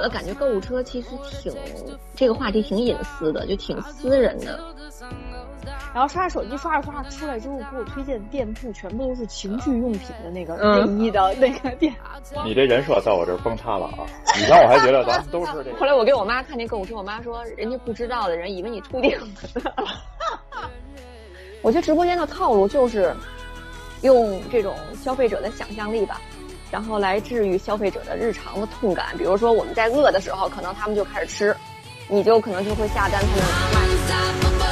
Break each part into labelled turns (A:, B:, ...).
A: 的感觉，购物车其实挺这个话题挺隐私的，就挺私人的。
B: 然后刷着手机，刷着刷着出来之后，给我推荐店铺全部都是情趣用品的那个
A: 嗯
B: 内衣的那个店。
C: 你这人设在我这儿崩塌了啊！以前我还觉得咱们都是这
A: 后
C: 个，
A: 来我给我妈看那购物车，我妈说人家不知道的人以为你秃顶子呢。 我觉得直播间的套路就是用这种消费者的想象力吧，然后来治愈消费者的日常的痛感。比如说我们在饿的时候，可能他们就开始吃，你就可能就会下单他们。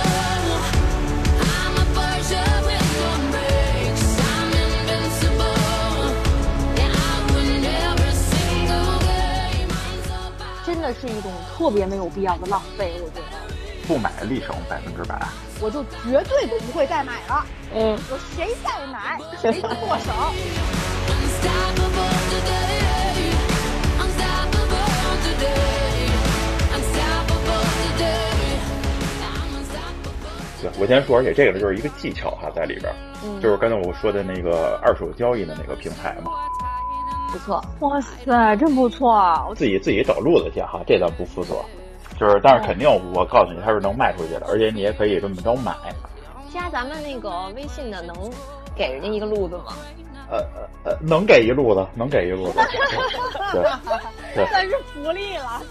B: 真的是一种特别没有必要的浪费，我觉得，
D: 不买立省百分之百。
B: 我就绝对都不会再买了。
A: 嗯，
B: 我谁 再买谁就剁手。
C: 对我先说，而且这个就是一个技巧哈，在里边儿，
D: 嗯
C: 就是刚才我说的那个二手交易的那个平台嘛，
A: 不错。
B: 哇塞，真不错！啊我
C: 自己自己找路子去哈，这咱不负责。就是，但是肯定我告诉你，它是能卖出去的，而且你也可以这么着买。
A: 加咱们那个微信的能给人家一个路子吗？
C: 呃呃呃，能给一路子，能给一路子。对对
B: 算是福利了。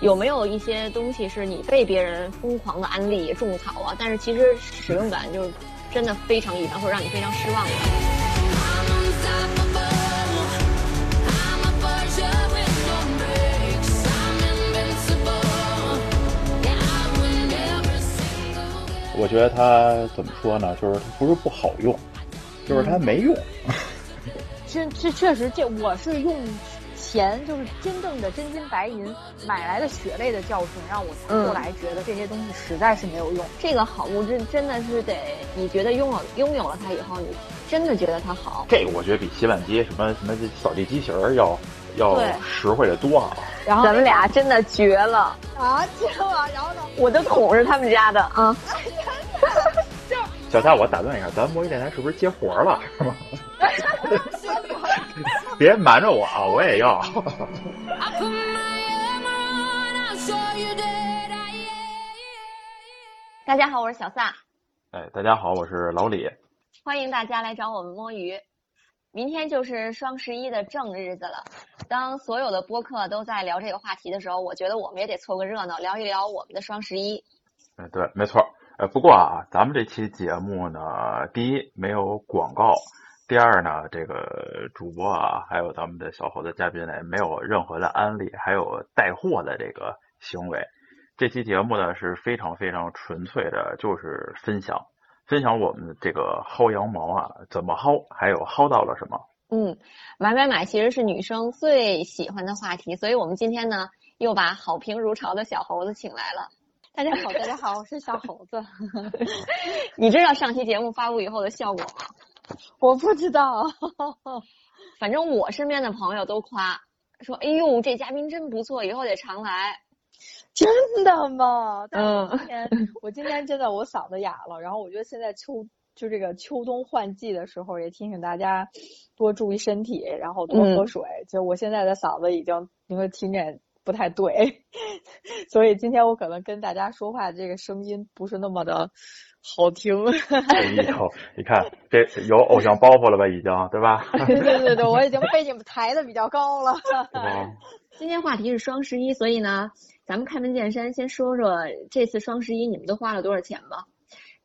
A: 有没有一些东西是你被别人疯狂的安利、种草啊，但是其实使用感就是真的非常一般，或者让你非常失望的？
C: 我觉得它怎么说呢？就是它不是不好用，就是它没用。
B: 这这确实，这我是用钱，就是真正的真金白银买来的血泪的教训，让我才
A: 嗯
B: 后来觉得这些东西实在是没有用。
A: 这个好物质真的是得，你觉得拥有拥有了它以后，你真的觉得它好。
C: 这个我觉得比洗碗机什么什么扫地机器人儿要要
A: 对
C: 实惠的多啊。
B: 然后
A: 咱们俩真的绝了，
B: 啊，结果然后呢，
A: 我就捅是他们家的啊！
C: 小夏，我打断一下，咱魔音电台是不是接活儿了？是吗？别瞒着我啊，我也要。
A: 大家好，我是小撒，
C: 哎，大家好，我是老李。
A: 欢迎大家来找我们摸鱼。明天就是双十一的正日子了。当所有的播客都在聊这个话题的时候，我觉得我们也得凑个热闹，聊一聊我们的双十一。
C: 哎，对，没错儿。呃，不过啊，咱们这期节目呢，第一没有广告，第二呢，这个主播啊，还有咱们的小伙子嘉宾呢，没有任何的安利，还有带货的这个行为。这期节目呢是非常非常纯粹的，就是分享分享我们这个薅羊毛啊，怎么薅，还有薅到了什么。
A: 嗯，买买买其实是女生最喜欢的话题，所以我们今天呢又把好评如潮的小猴子请来了。
B: 大家好，大家好，我是小猴子。
A: 你知道上期节目发布以后的效果吗？
B: 我不知道，
A: 反正我身边的朋友都夸说：“哎呦，这嘉宾真不错，以后得常来。
B: 真的吗”？但
A: 嗯，
B: 今天我今天真的我嗓子哑了，然后我觉得现在秋就这个秋冬换季的时候，也提醒大家多注意身体，然后多喝水。就我现在的嗓子已经你会听见不太对， 所以今天我可能跟大家说话这个声音不是那么的好听。
C: 哎呦，你看这有偶像包袱了吧，已经对吧？
B: 对对对对，我已经被你们抬的比较高了。
C: 对吧
A: 今天话题是双十一，所以呢，咱们开门见山，先说说这次双十一你们都花了多少钱吧。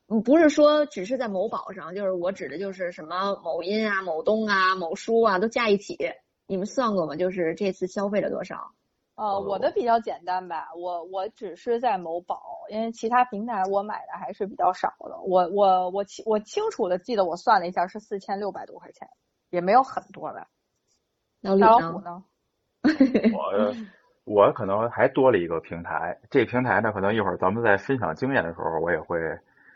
A: 嗯，不是说只是在某宝上，就是我指的就是什么某音啊、某东啊、某书啊都加一起，你们算过吗？就是这次消费了多少？
B: 呃，我
A: 哦
B: 的比较简单吧，我我只是在某宝，因为其他平台我买的还是比较少的。我我我清我清楚的记得我算了一下是四千六百多块钱，也没有很多吧。
A: 老李
B: 大老虎
A: 呢？
B: 呢？
C: 我我可能还多了一个平台，这平台呢，可能一会儿咱们在分享经验的时候，我也会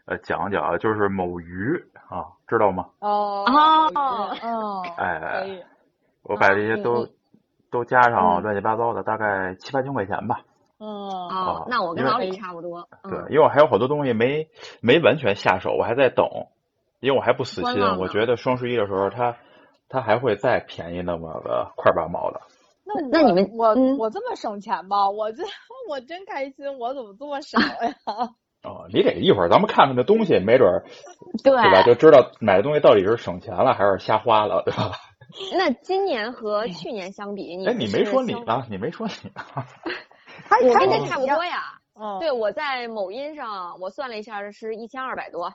C: 呃讲讲啊，就是某鱼啊，知道吗？
B: 哦
A: 哦
B: 嗯，
C: 哎
B: 可以。
C: 我把这些
A: 啊
C: 都
A: 你
C: 都加上
A: 嗯
C: 乱七八糟的，大概七八千块钱吧。
B: 嗯，
A: 哦
C: 哦，
A: 那我跟
C: 因为
A: 老李差不多。
C: 对
A: 嗯，，
C: 因为我还有好多东西没没完全下手，我还在等，因为我还不死
A: 观
C: 心
A: 望，呢啊
C: 我觉得双十一的时候它它还会再便宜那么个块八毛的。
B: 那
A: 那你们
B: 我、
A: 嗯
B: 我这么省钱吗？我这 我真开心，我怎么这么少呀？
C: 哦，你得一会儿咱们看看这东西，没准儿
A: 对
C: 对吧，就知道买的东西到底是省钱了还是瞎花了，对吧？
A: 那今年和去年相比，你
C: 哎，你没
A: 是
C: 说你
A: 消
C: 呢，你没说你呢，
B: 还
A: 我跟
C: 哎你啊
A: 这差不多呀。
B: 嗯，
A: 对，我在某音上我算了一下，是一千二百多，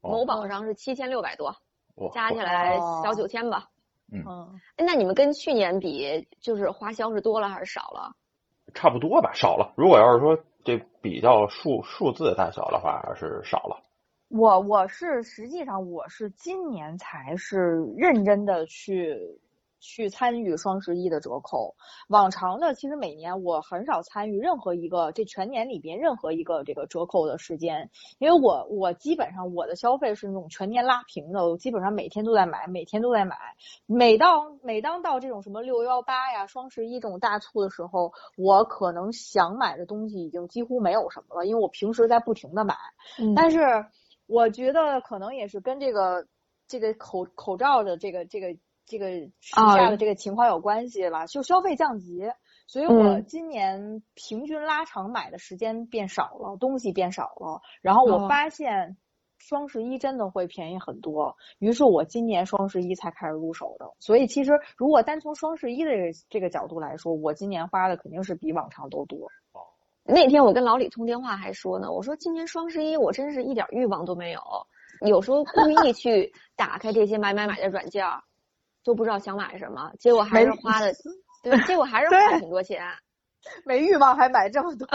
C: 哦
A: 某宝上是七千六百多，
C: 我
A: 加起来
B: 哦
A: 小九千吧。
B: 嗯，
A: 哎那你们跟去年比，就是花销是多了还是少了？
C: 差不多吧，少了。如果要是说这比较数数字大小的话，是少了。
B: 我我是实际上我是今年才是认真的去去参与双十一的折扣。往常呢，其实每年我很少参与任何一个这全年里边任何一个这个折扣的时间，因为我我基本上我的消费是那种全年拉平的，我基本上每天都在买，每天都在买。每到每当到这种什么六幺八呀、双十一这种大促的时候，我可能想买的东西已经几乎没有什么了，因为我平时在不停的买。但是我觉得可能也是跟这个这个口口罩的这个这个这个时
A: 啊
B: 下的这个情况有关系吧，就消费降级。所以我
A: 嗯
B: 今年平均拉长买的时间变少了，东西变少了，然后我
A: 哦
B: 发现双十一真的会便宜很多，于是我今年双十一才开始入手的。所以其实如果单从双十一的这个这个角度来说，我今年花的肯定是比往常都多。
A: 那天我跟老李通电话还说呢，我说今年双十一我真是一点欲望都没有，有时候故意去打开这些买买买的软件儿，都不知道想买什么，结果还是
B: 没
A: 花的，对，结果还是花了挺多钱。
B: 没欲望还买这么 多，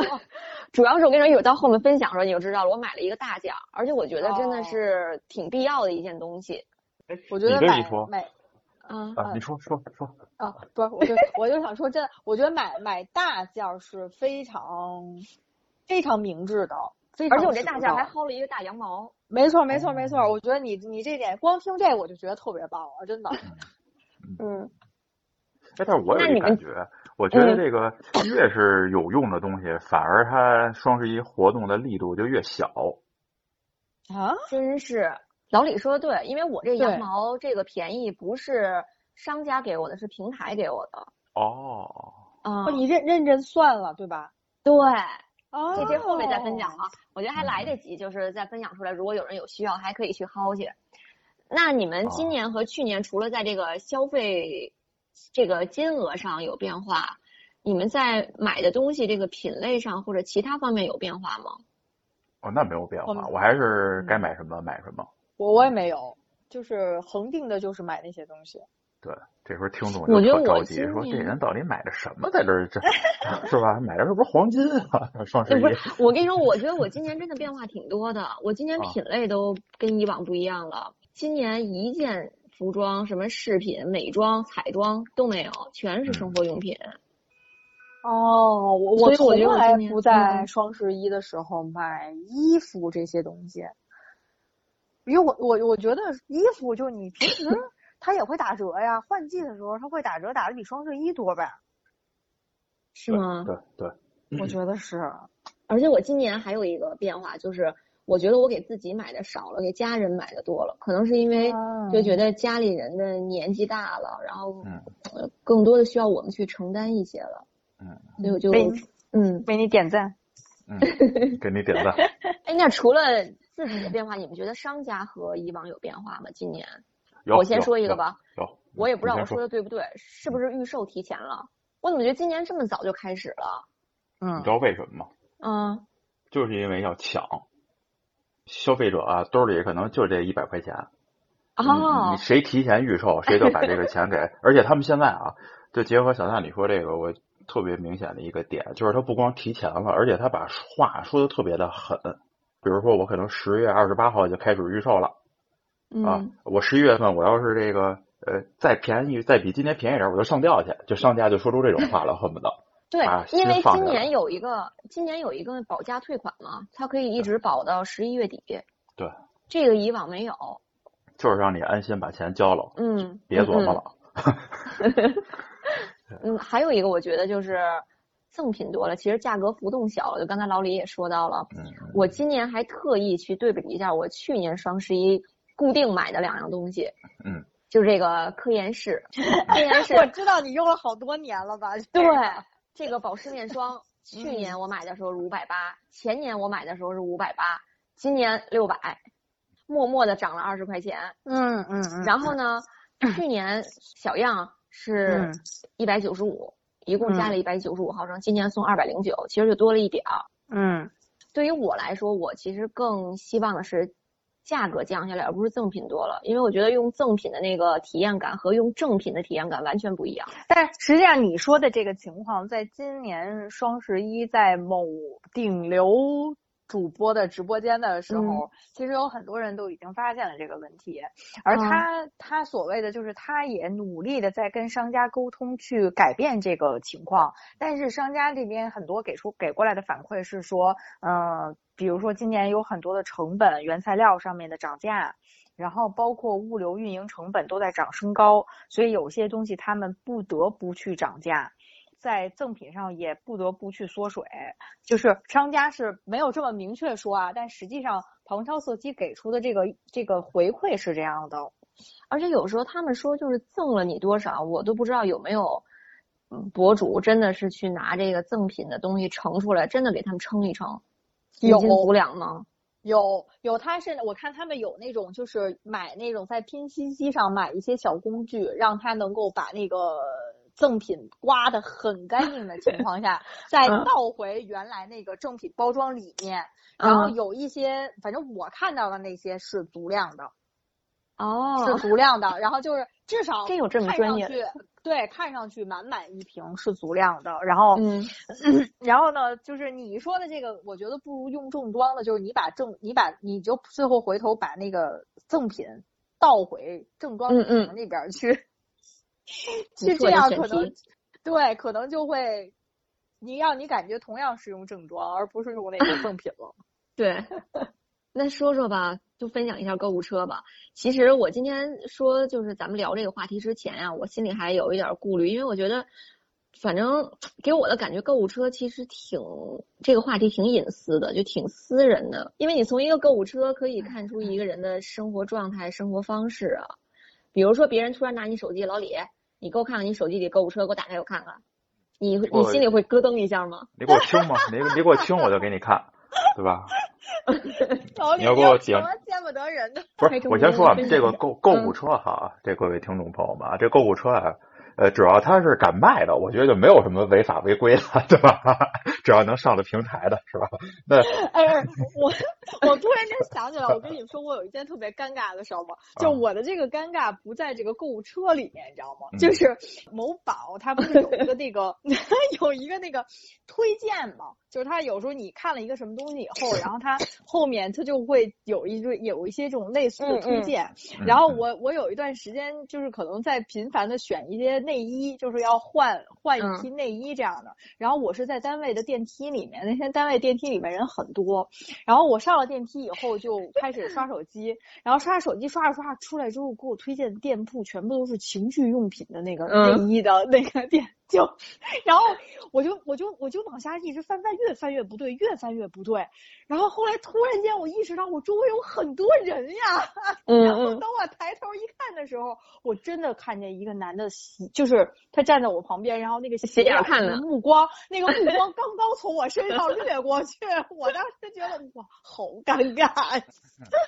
A: 主要是我跟你说，一会儿到后面分享的时候你就知道了，我买了一个大件儿，而且我觉得真的
B: 哦
A: 是挺必要的一件东西。
B: 我觉得
C: 你这一
B: 买
C: 说
B: 买
A: 啊，
C: 啊，你说说说，
B: 啊，不是，我就 我就想说，真的，我觉得买买大件儿是非常非常明智的，非常
A: 而且我这大件儿还
B: 时尚
A: 薅了一个大羊毛。
B: 没错没错没错，我觉得你你这点光听这我就觉得特别棒了，真的。
A: 嗯，
C: 哎，但是我
A: 那
C: 有一
A: 你
C: 感
A: 们
C: 觉，我觉得
A: 嗯
C: 这个越是有用的东西，反而它双十一活动的力度就越小。
B: 啊，
A: 真是老李说的对，因为我这
B: 对
A: 羊毛这个便宜不是商家给我的，是平台给我的。
C: 哦，
A: 啊、
B: 哦你认认真算了对吧？
A: 对，
B: 啊，
A: 这些后面再分享啊，我觉得还
C: 嗯
A: 来得及，就是再分享出来，如果有人有需要，还可以去薅去。那你们今
C: 哦
A: 年和去年除了在这个消费这个金额上有变化，你们在买的东西这个品类上或者其他方面有变化吗？
C: 哦，那没有变
B: 我
C: 化，
B: 们
C: 我还
A: 嗯
C: 是该买什么买什么。
B: 我我也没有，就是恒定的就是买那些东西。
C: 对，这时候听众
A: 我
C: 就
A: 觉得
C: 特着
A: 我
C: 急，
A: 今
C: 说这
A: 年
C: 人到底买的什么，在这儿这 是吧？买的是不是黄金啊？ 双十
A: 哎
C: 一
A: 不是，我跟你说，我觉得我今年真的变化挺多的，我今年
C: 啊
A: 品类都跟以往不一样了。今年一件服装、什么饰品、美妆、彩妆都没有，全是生活用品。
B: 哦，我
A: 所
B: 我
A: 以我觉得
B: 从
A: 我
B: 来
A: 今年
B: 不在
A: 嗯
B: 双十一的时候买衣服这些东西，因为我我我觉得衣服就你平 时它也会打折呀，换季的时候它会打折，打的比双十一多吧？
A: 是吗？
C: 对对，
B: 我觉得是，
A: 而且我今年还有一个变化，就是我觉得我给自己买的少了，给家人买的多了。可能是因
B: 哎
A: 为
B: 嗯
A: 就觉得家里人的年纪大了，然后
C: 嗯
A: 呃更多的需要我们去承担一些了。
C: 嗯，
A: 所以我就
B: 为
A: 嗯，
B: 为你点赞。
C: 嗯，给你点赞。
A: 哎，那除了自己的变化，你们觉得商家和以往有变化吗？今年
C: 有，
A: 我先
C: 有
A: 说一个。吧，
C: 有，有
A: 我也不知道
C: 你
A: 我
C: 先
A: 说
C: 说
A: 的对不对，是不是预售提前了？我怎么觉得今年这么早就开始了？
C: 你
B: 嗯
C: 知，道为什么吗？
A: 嗯，
C: 就是因为要抢，消费者啊兜里可能就这一百块钱，你
A: 哦
C: 嗯你，谁提前预售，谁就把这个钱 给。而且他们现在啊，就结合小娜你说这个，我特别明显的一个点就是，他不光提前了，而且他把话说的特别的狠。比如说，我可能十月二十八号就开始预售了啊
A: 嗯，，
C: 我十一月份我要是这个呃再便宜，再比今天便宜点儿，我就上吊去，就上架就说出这种话了， 恨不得。
A: 对
C: 啊，
A: 因为
C: 先放
A: 今
C: 着吧
A: 年有一个今年有一个保价退款嘛，它可以一直保到十一月底。
C: 对，
A: 这个以往没有。
C: 就是让你安心把钱交了，
A: 嗯，
C: 别琢磨
A: 嗯。
C: 了。
A: 嗯，嗯还有一个我觉得就是赠品多了，其实价格浮动小了。就刚才老李也说到了，
C: 嗯，嗯
A: 我今年还特意去对比一下我去年双十一固定买的两样东西。
C: 嗯，
A: 就是这个科研室，科研室
B: 我知道你用了好多年了吧？
A: 对，这个保湿面霜，去年我买的时候是五百八，前年我买的时候是五百八，今年六百，默默的涨了二十块钱。
B: 嗯嗯嗯。
A: 然后呢，去年小样
B: 嗯
A: 是一百九十五，一共加了一百九十五毫升，今年送二百零九，其实就多了一点儿。
B: 嗯，
A: 对于我来说，我其实更希望的是价格降下来，而不是赠品多了，因为我觉得用赠品的那个体验感和用正品的体验感完全不一样。
B: 但实际上你说的这个情况，在今年双十一在某顶流主播的直播间的时候，
A: 嗯
B: 其实有很多人都已经发现了这个问题，而他、他所谓的就是他也努力的在跟商家沟通去改变这个情况，但是商家这边很多给出给过来的反馈是说，嗯、比如说今年有很多的成本原材料上面的涨价，然后包括物流运营成本都在涨升高，所以有些东西他们不得不去涨价，在赠品上也不得不去缩水。就是商家是没有这么明确说啊，但实际上旁敲侧击给出的这个这个回馈是这样的。
A: 而且有时候他们说就是赠了你多少，我都不知道有没有嗯博主真的是去拿这个赠品的东西盛出来，真的给他们称一称，
B: 有
A: 一斤五两吗？
B: 有有，他是我看他们有那种就是买那种在拼夕夕上买一些小工具，让他能够把那个赠品刮得很 干净的情况下，再
A: 嗯
B: 倒回原来那个正品包装里面。然后有一些，反正我看到的那些是足量的，是
A: 哦，
B: 足量的。然后就是至少
A: 真有这么
B: 看
A: 专
B: 上
A: 业
B: 去，对，看上去满满一瓶是足量的。然后
A: 嗯，
B: 然后呢，就是你说的这个，我觉得不如用正装的，就是你把正，你把你就最后回头把那个赠品倒回正装的
A: 嗯嗯
B: 瓶里边儿去，
A: 不
B: 去
A: 错
B: 这
A: 的
B: 样
A: 选
B: 可能
A: 题
B: 对，可能就会你让你感觉同样是用正装，而不是用那个赠品了。
A: 对。那说说吧，就分享一下购物车吧。其实我今天说就是咱们聊这个话题之前啊，我心里还有一点顾虑，因为我觉得，反正给我的感觉，购物车其实挺这个话题挺隐私的，就挺私人的。因为你从一个购物车可以看出一个人的生活状态、生活方式啊。比如说别人突然拿你手机，老李，你给我看看你手机里购物车，给我打开我看看。你你
C: 我
A: 心里会咯噔一下吗？
C: 你给我清吧，你你给我清，我就给你看，对吧？
B: 老李
C: 你要给
B: 有
C: 我
B: 什
C: 点
B: 么见不得人的？
C: 不
A: 开
C: 是，
A: 中
C: 我先
A: 国
C: 说啊
A: 分，
C: 这个
A: 享
C: 购购
A: 嗯
C: 物车哈，这各位听众朋友们啊，这购物车啊，呃，只要它是敢卖的，我觉得就没有什么违法违规的，对吧？ 只要能上了平台的，是吧？那
B: 哎，我我突然间想起来，我跟你说，我有一件特别尴尬的事儿嘛，就
C: 啊
B: 我的这个尴尬不在这个购物车里面，你知道吗？
C: 嗯
B: 就是 某宝它不是有一个那个 有一个那个推荐嘛，就是它有时候你看了一个什么东西以后，然后它后面它就会有一个有一些这种类似的
A: 嗯
B: 推
A: 嗯
B: 荐，
C: 嗯
B: 然后
C: 嗯
B: 我我有一段时间就是可能在频繁的选一些内衣，就是要换换一
C: 嗯
B: 批内衣这样的。然后我是在单位的电梯里面，那天单位电梯里面人很多，然后我上了电梯以后就开始刷手机，然后刷手机刷着刷着出来之后，给我推荐的店铺全部都是情趣用品的那个
A: 嗯
B: 内衣的那个店，就然后我就我就我就往下一直翻翻，越翻越不对，越翻越不对。然后后来突然间我意识到我周围有很多人呀。
C: 嗯
B: 然后等我抬头一看的时候，我真的看见一个男的斜，就是他站在我旁边，然后那个斜
A: 斜眼
B: 眼
A: 看
B: 的
A: 呢
B: 目光，那个目 光刚刚从我身上掠过去，我当时觉得哇，好尴尬啊呀。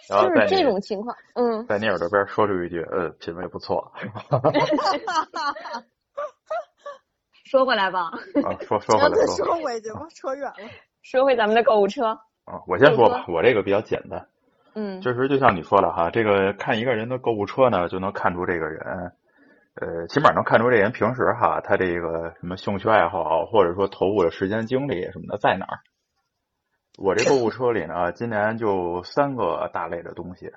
C: 然后
A: 就
C: 在
A: 是
C: 啊你
A: 这种情况，嗯。
C: 在你耳朵边说出一句，呃，品味不错
A: 说回来吧，
C: 啊，说 说回来说回来
B: 说回去吧，扯远了。
A: 说回咱们的购物车。
C: 啊，我先说吧
A: 你，
C: 我这个比较简单。
A: 嗯，
C: 确实，就像你说的哈，这个看一个人的购物车呢，就能看出这个人，呃，起码能看出这人平时哈，他这个什么兴趣爱好，或者说投入的时间精力什么的在哪儿。我这购物车里呢，今年就三个大类的东西，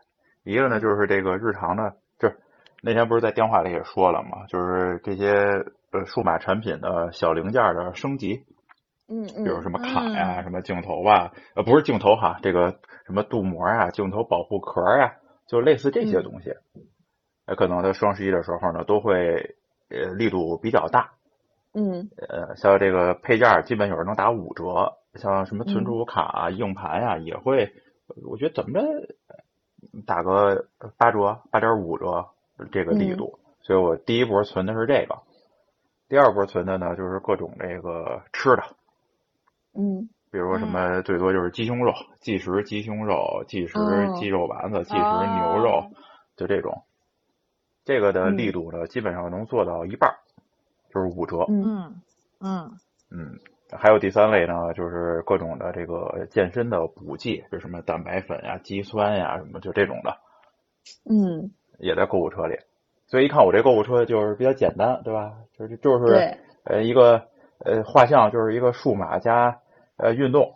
C: 一个呢就是这个日常的，就是那天不是在电话里也说了嘛，就是这些呃数码产品的小零件的升级，
A: 嗯嗯，
C: 比如什么卡呀、什么镜头啊，呃，不是镜头哈，这个什么镀膜啊、镜头保护壳啊，就类似这
A: 嗯
C: 些东西。呃，可能在双十一的时候呢，都会呃力度比较大。
A: 嗯
C: 呃，像这个配件儿基本有时候能打五折，像什么
A: 嗯
C: 存储卡啊、硬盘呀、也会，我觉得怎么着打个八折、八点五折这个
A: 嗯
C: 力度，所以我第一波存的是这个，第二波存的呢就是各种这个吃的，
A: 嗯，
C: 比如说什么最多就是鸡胸肉，即食鸡胸肉，即食
A: 哦
C: 鸡肉丸子，即食牛肉
B: 哦，
C: 就这种，这个的
A: 嗯
C: 力度呢基本上能做到一半儿，就是五折，
A: 嗯
B: 嗯嗯
C: 嗯，还有第三类呢，就是各种的这个健身的补剂，就什么蛋白粉呀、肌酸呀什么，就这种的
A: 嗯，
C: 也在购物车里。所以一看我这购物车就是比较简单，对吧？就是就是
A: 对，
C: 呃一个呃画像，就是一个数码加呃运动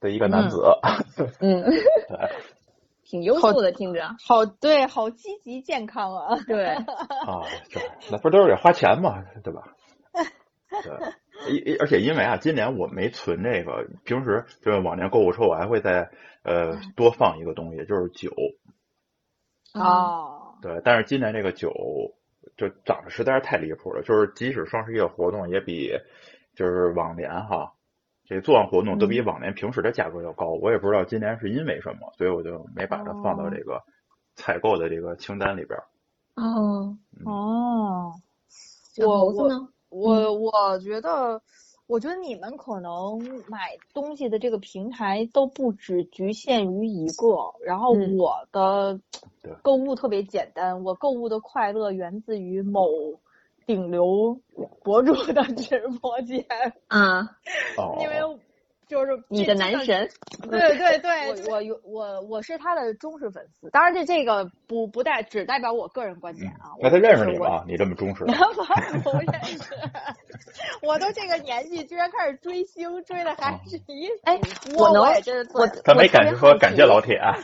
C: 的一个男子，
A: 嗯，
C: 对
A: 挺优秀的，听着，
B: 好对，好积极健康啊！
A: 对，
C: 啊，对，那不都是得花钱嘛，对吧？ 对，因因而且因为啊，今年我没存这个，平时就是往年购物车我还会再呃
B: 嗯
C: 多放一个东西，就是酒，
A: 啊，
B: 哦，
C: 对，但是今年这个酒就涨得实在是太离谱了，就是即使双十一的活动也比就是往年哈，这做完活动都
B: 嗯
C: 比往年平时的价格要高，我也不知道今年是因为什么，所以我就没把它放
B: 哦
C: 到这个采购的这个清单里边儿。
A: 哦，
B: 哦，
A: 小
B: 我
A: 猴子
B: 我
A: 呢？
B: 我
A: 嗯
B: 我觉得，我觉得你们可能买东西的这个平台都不只局限于一个。然后
A: 嗯
B: 我的
C: 对
B: 购物特别简单，我购物的快乐源自于某顶流博主的直播间，
A: 啊，
C: 哦，
B: 因为就是
A: 你
B: 这
A: 的男。神，
B: 这个对对对，我我有我我是他的忠实粉丝，当然这这个不不代只代表我个人观点啊。
C: 嗯那他
B: 我
C: 认识
B: 就是
C: 你
B: 我，
C: 吗？你这么忠实
B: 他妈不认识，我都这个年纪，居然开始追星，追的还是一
A: 哎
B: 死
A: 我
B: 我
A: 能
B: 也真是醉
A: 我
B: 了
C: 他没
A: 我特
C: 感
A: 别
C: 谢说
A: 好
C: 感
A: 奇
C: 谢老铁，啊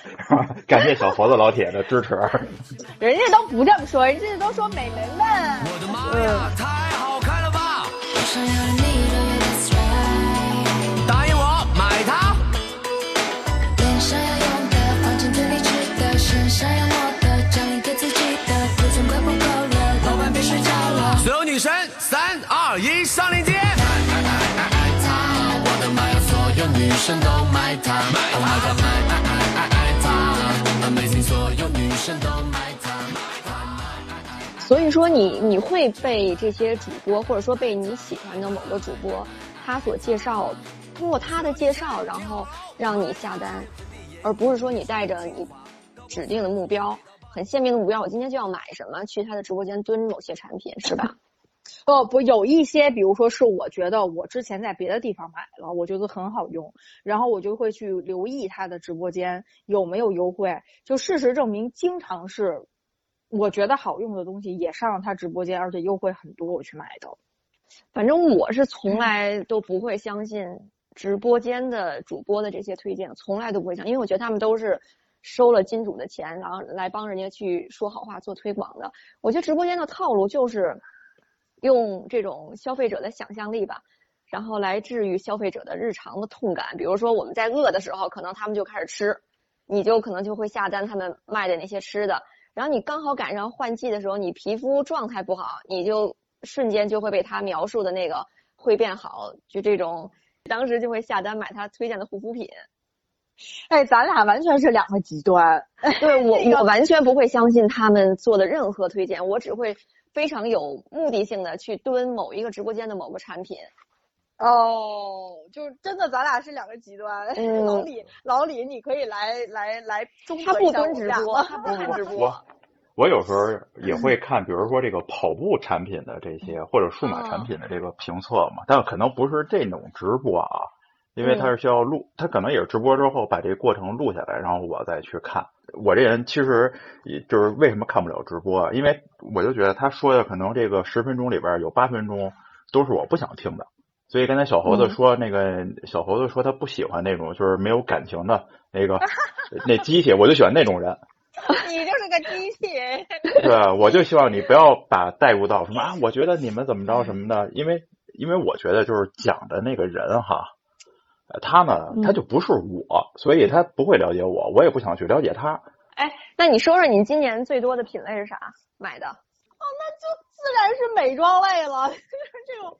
C: 感谢小猴子老铁的支持。
B: 人家都不这么说，人啊家都说美眉们。
D: 我的妈呀，太好看了吧！
E: Show you a little bit that's right.
D: 答应我买它。
E: 脸上要用的，房间最理智的，身上要摸的，找你对自己的库存够不够了？老板别睡着了。
D: 所有女神，三二一，上链接。
F: 我的妈呀，所有女生都买它，Oh my god，买爱爱爱爱它，Amazing，所有女生都买它。
A: 所以说你你会被这些主播，或者说被你喜欢的某个主播，他所介绍，通过他的介绍，然后让你下单，而不是说你带着你指定的目标，很限定的目标，我今天就要买什么，去他的直播间蹲某些产品，是吧？
B: 哦不，有一些，比如说是我觉得我之前在别的地方买了，我觉得很好用，然后我就会去留意他的直播间有没有优惠。就事实证明，经常是我觉得好用的东西也上了他直播间，而且优惠很多，我去买的。
A: 反正我是从来都不会相信直播间的主播的这些推荐，从来都不会相信，因为我觉得他们都是收了金主的钱，然后来帮人家去说好话、做推广的。我觉得直播间的套路就是用这种消费者的想象力吧。然后来治愈消费者的日常的痛感，比如说我们在饿的时候，可能他们就开始吃，你就可能就会下单他们卖的那些吃的。然后你刚好赶上换季的时候，你皮肤状态不好，你就瞬间就会被他描述的那个会变好，就这种，当时就会下单买他推荐的护肤品。
B: 哎，咱俩完全是两个极端。
A: 对我
B: 这，个
A: 我完全不会相信他们做的任何推荐，我只会非常有目的性的去蹲某一个直播间的某个产品。
B: 哦，就是真的，咱俩是两个极端。
A: 嗯
B: 老李，老李，你可以来来来中
A: 他
B: 和
A: 不
B: 一下
A: 蹲
B: 我
A: 直
B: 们俩
A: 播，
B: 吗？
A: 他不蹲直播
C: 我。我有时候也会看，比如说这个跑步产品的这些，或者数码产品的这个评测嘛，但可能不是这种直播啊，因为它是需要录，它可能也是直播之后把这个过程录下来，然后我再去看。我这人其实也就是为什么看不了直播啊，因为我就觉得他说的可能这个十分钟里边有八分钟都是我不想听的。所以刚才小猴子说那个、小猴子说他不喜欢那种就是没有感情的那个那机器，我就喜欢那种人。
B: 你就是个机器人。
C: 对，我就希望你不要把带入到什么啊，我觉得你们怎么着什么的，因为因为我觉得就是讲的那个人哈，呃他呢他就不是我，所以他不会了解我，我也不想去了解他。
A: 哎，那你说说你今年最多的品类是啥买的？
B: 哦自然是美妆类了， 就是这种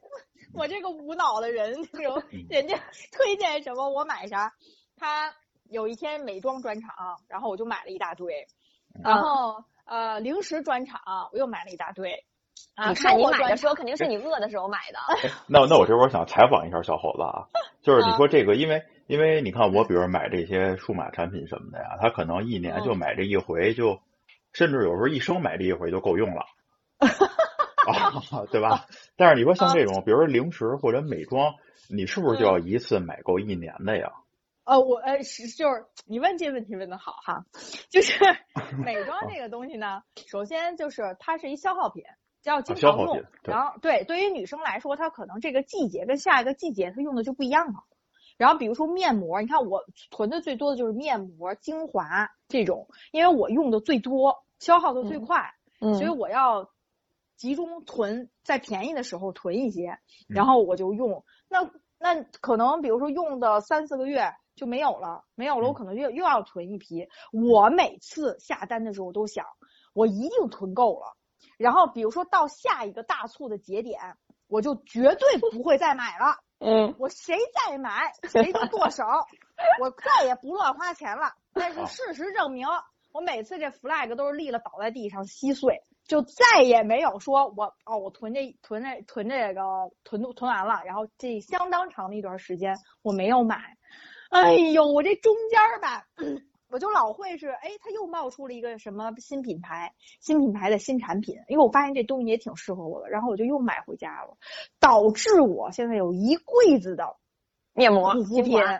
B: 我这个无脑的人，这种人家 推荐什么我买啥。嗯
A: 嗯
B: 他有一天美妆专场，然后我就买了一大堆，然后呃零食专场，我又买了一大堆。啊，
A: 你看你
B: 生活
A: 买
B: 专
A: 的时候
B: 场
A: 肯定是你饿的时候买的，
C: 那那我这会儿想采访一下小伙子啊，就是你说这个，因为因为你看我，比如买这些数码产品什么的呀，他可能一年就买这一回，就甚至有时候一生买这一回就够用了，啊，对吧？但是你说像这种，比如说零食或者美妆，你是不是就要一次买够一年的呀？
B: 呃，我呃是就是你问这问题问的好哈，就是 美妆这个东西呢，首先就是它是一消耗品，要经
C: 啊消
B: 常
C: 耗
B: 用。
C: 品对
B: 然后对，对于女生来说，她可能这个季节跟下一个季节她用的就不一样了。然后比如说面膜，你看我囤的最多的就是面膜、精华这种，因为我用的最多，消耗的最
A: 嗯
B: 快。
A: 嗯
B: 所以我要集中囤，在便宜的时候囤一些，然后我就用。那那可能比如说用的三四个月就没有了，没有了，我
C: 嗯
B: 可能又又要囤一批。我每次下单的时候都想，我一定囤够了。然后比如说到下一个大促的节点，我就绝对不会再买了。
A: 嗯，
B: 我谁再买谁就剁手，我再也不乱花钱了。但是事实证明，我每次这 flag 都是立了倒在地上稀碎，就再也没有说我哦，我囤这囤这囤这个囤囤完了，然后这相当长的一段时间我没有买。哎呦，我这中间儿吧， 我就老会是哎，它又冒出了一个什么新品牌，新品牌的新产品，因为我发现这东西也挺适合我的，然后我就又买回家了，导致我现在有一柜子的
A: 面膜
B: 护、肤
A: 精
B: 品
A: 华，、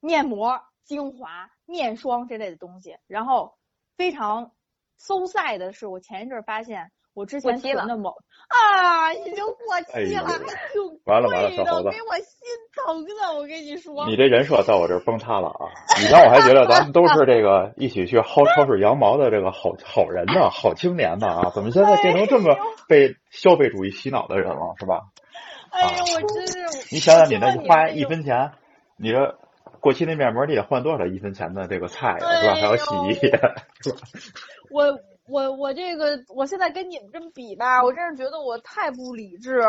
B: 面膜、精华、面霜这类的东西。然后非常馊塞的是，我前一阵儿发现我之
A: 过
B: 前
A: 期
B: 囤
A: 了
B: 的某啊已经过期
C: 哎
B: 了，
C: 呦
B: 还挺
C: 完了完了
B: 贵
C: 小
B: 的，
C: 猴子
B: 给我心疼的。我跟你说，
C: 你这人设在我这儿崩塌了啊！以前我还觉得咱们都是这个一起去薅超市羊毛的这个好好人呐、好青年呐啊，怎么现在变成这么被消费主义洗脑的人了，是吧？
B: 哎呦，我真是我
C: 啊你想想，你
B: 希望
C: 那
B: 你
C: 花
B: 这
C: 一
B: 个
C: 分钱，你这过期那面膜你得换多少一分钱的这个菜呀，是吧？还有洗衣液，
B: 我我我这个，我现在跟你们这么比吧，我真是觉得我太不理智，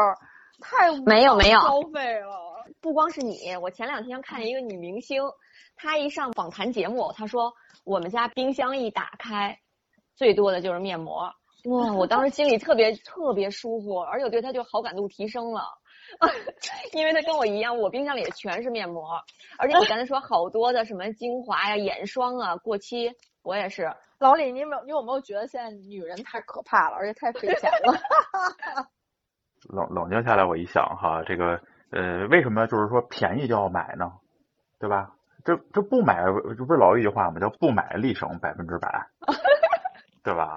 B: 太无
A: 没有没有
B: 消费了。
A: 不光是你，我前两天看一个女明星，她一上访谈节目，她说我们家冰箱一打开，最多的就是面膜。哇，我当时心里特别特别舒服，而且我对她就好感度提升了， 因为她跟我一样，我冰箱里全是面膜，而且你刚才说好多的什么精华呀、眼霜啊过期，我也是，
B: 老李，你有没有你有没有觉得现在女人太可怕了，而且太费钱 了？
C: 冷冷静下来，我一想哈，这个呃，为什么就是说便宜就要买呢？对吧？这这不买，这不是老一句话吗？叫不买立省百分之 百，对吧？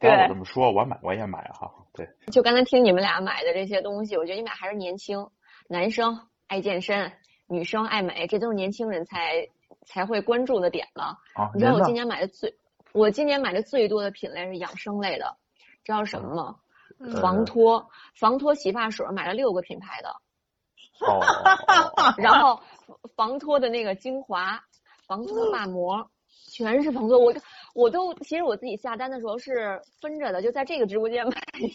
C: 当然我这么说，我买我也买哈，对。
A: 就刚才听你们俩买的这些东西，我觉得你们俩还是年轻，男生爱健身，女生爱美，这都是年轻人才才会关注的点了。
C: 啊，
A: 你知道
C: 您
A: 我
C: 呢
A: 今年买的最，我今年买的最多的品类是养生类的，知道什么吗？
C: 嗯
A: 防脱，防脱洗发水买了六个品牌的，
C: 哦哦哦
A: 然后防脱的那个精华、防脱发膜，全是防脱。我我都其实我自己下单的时候是分着的，就在这个直播间买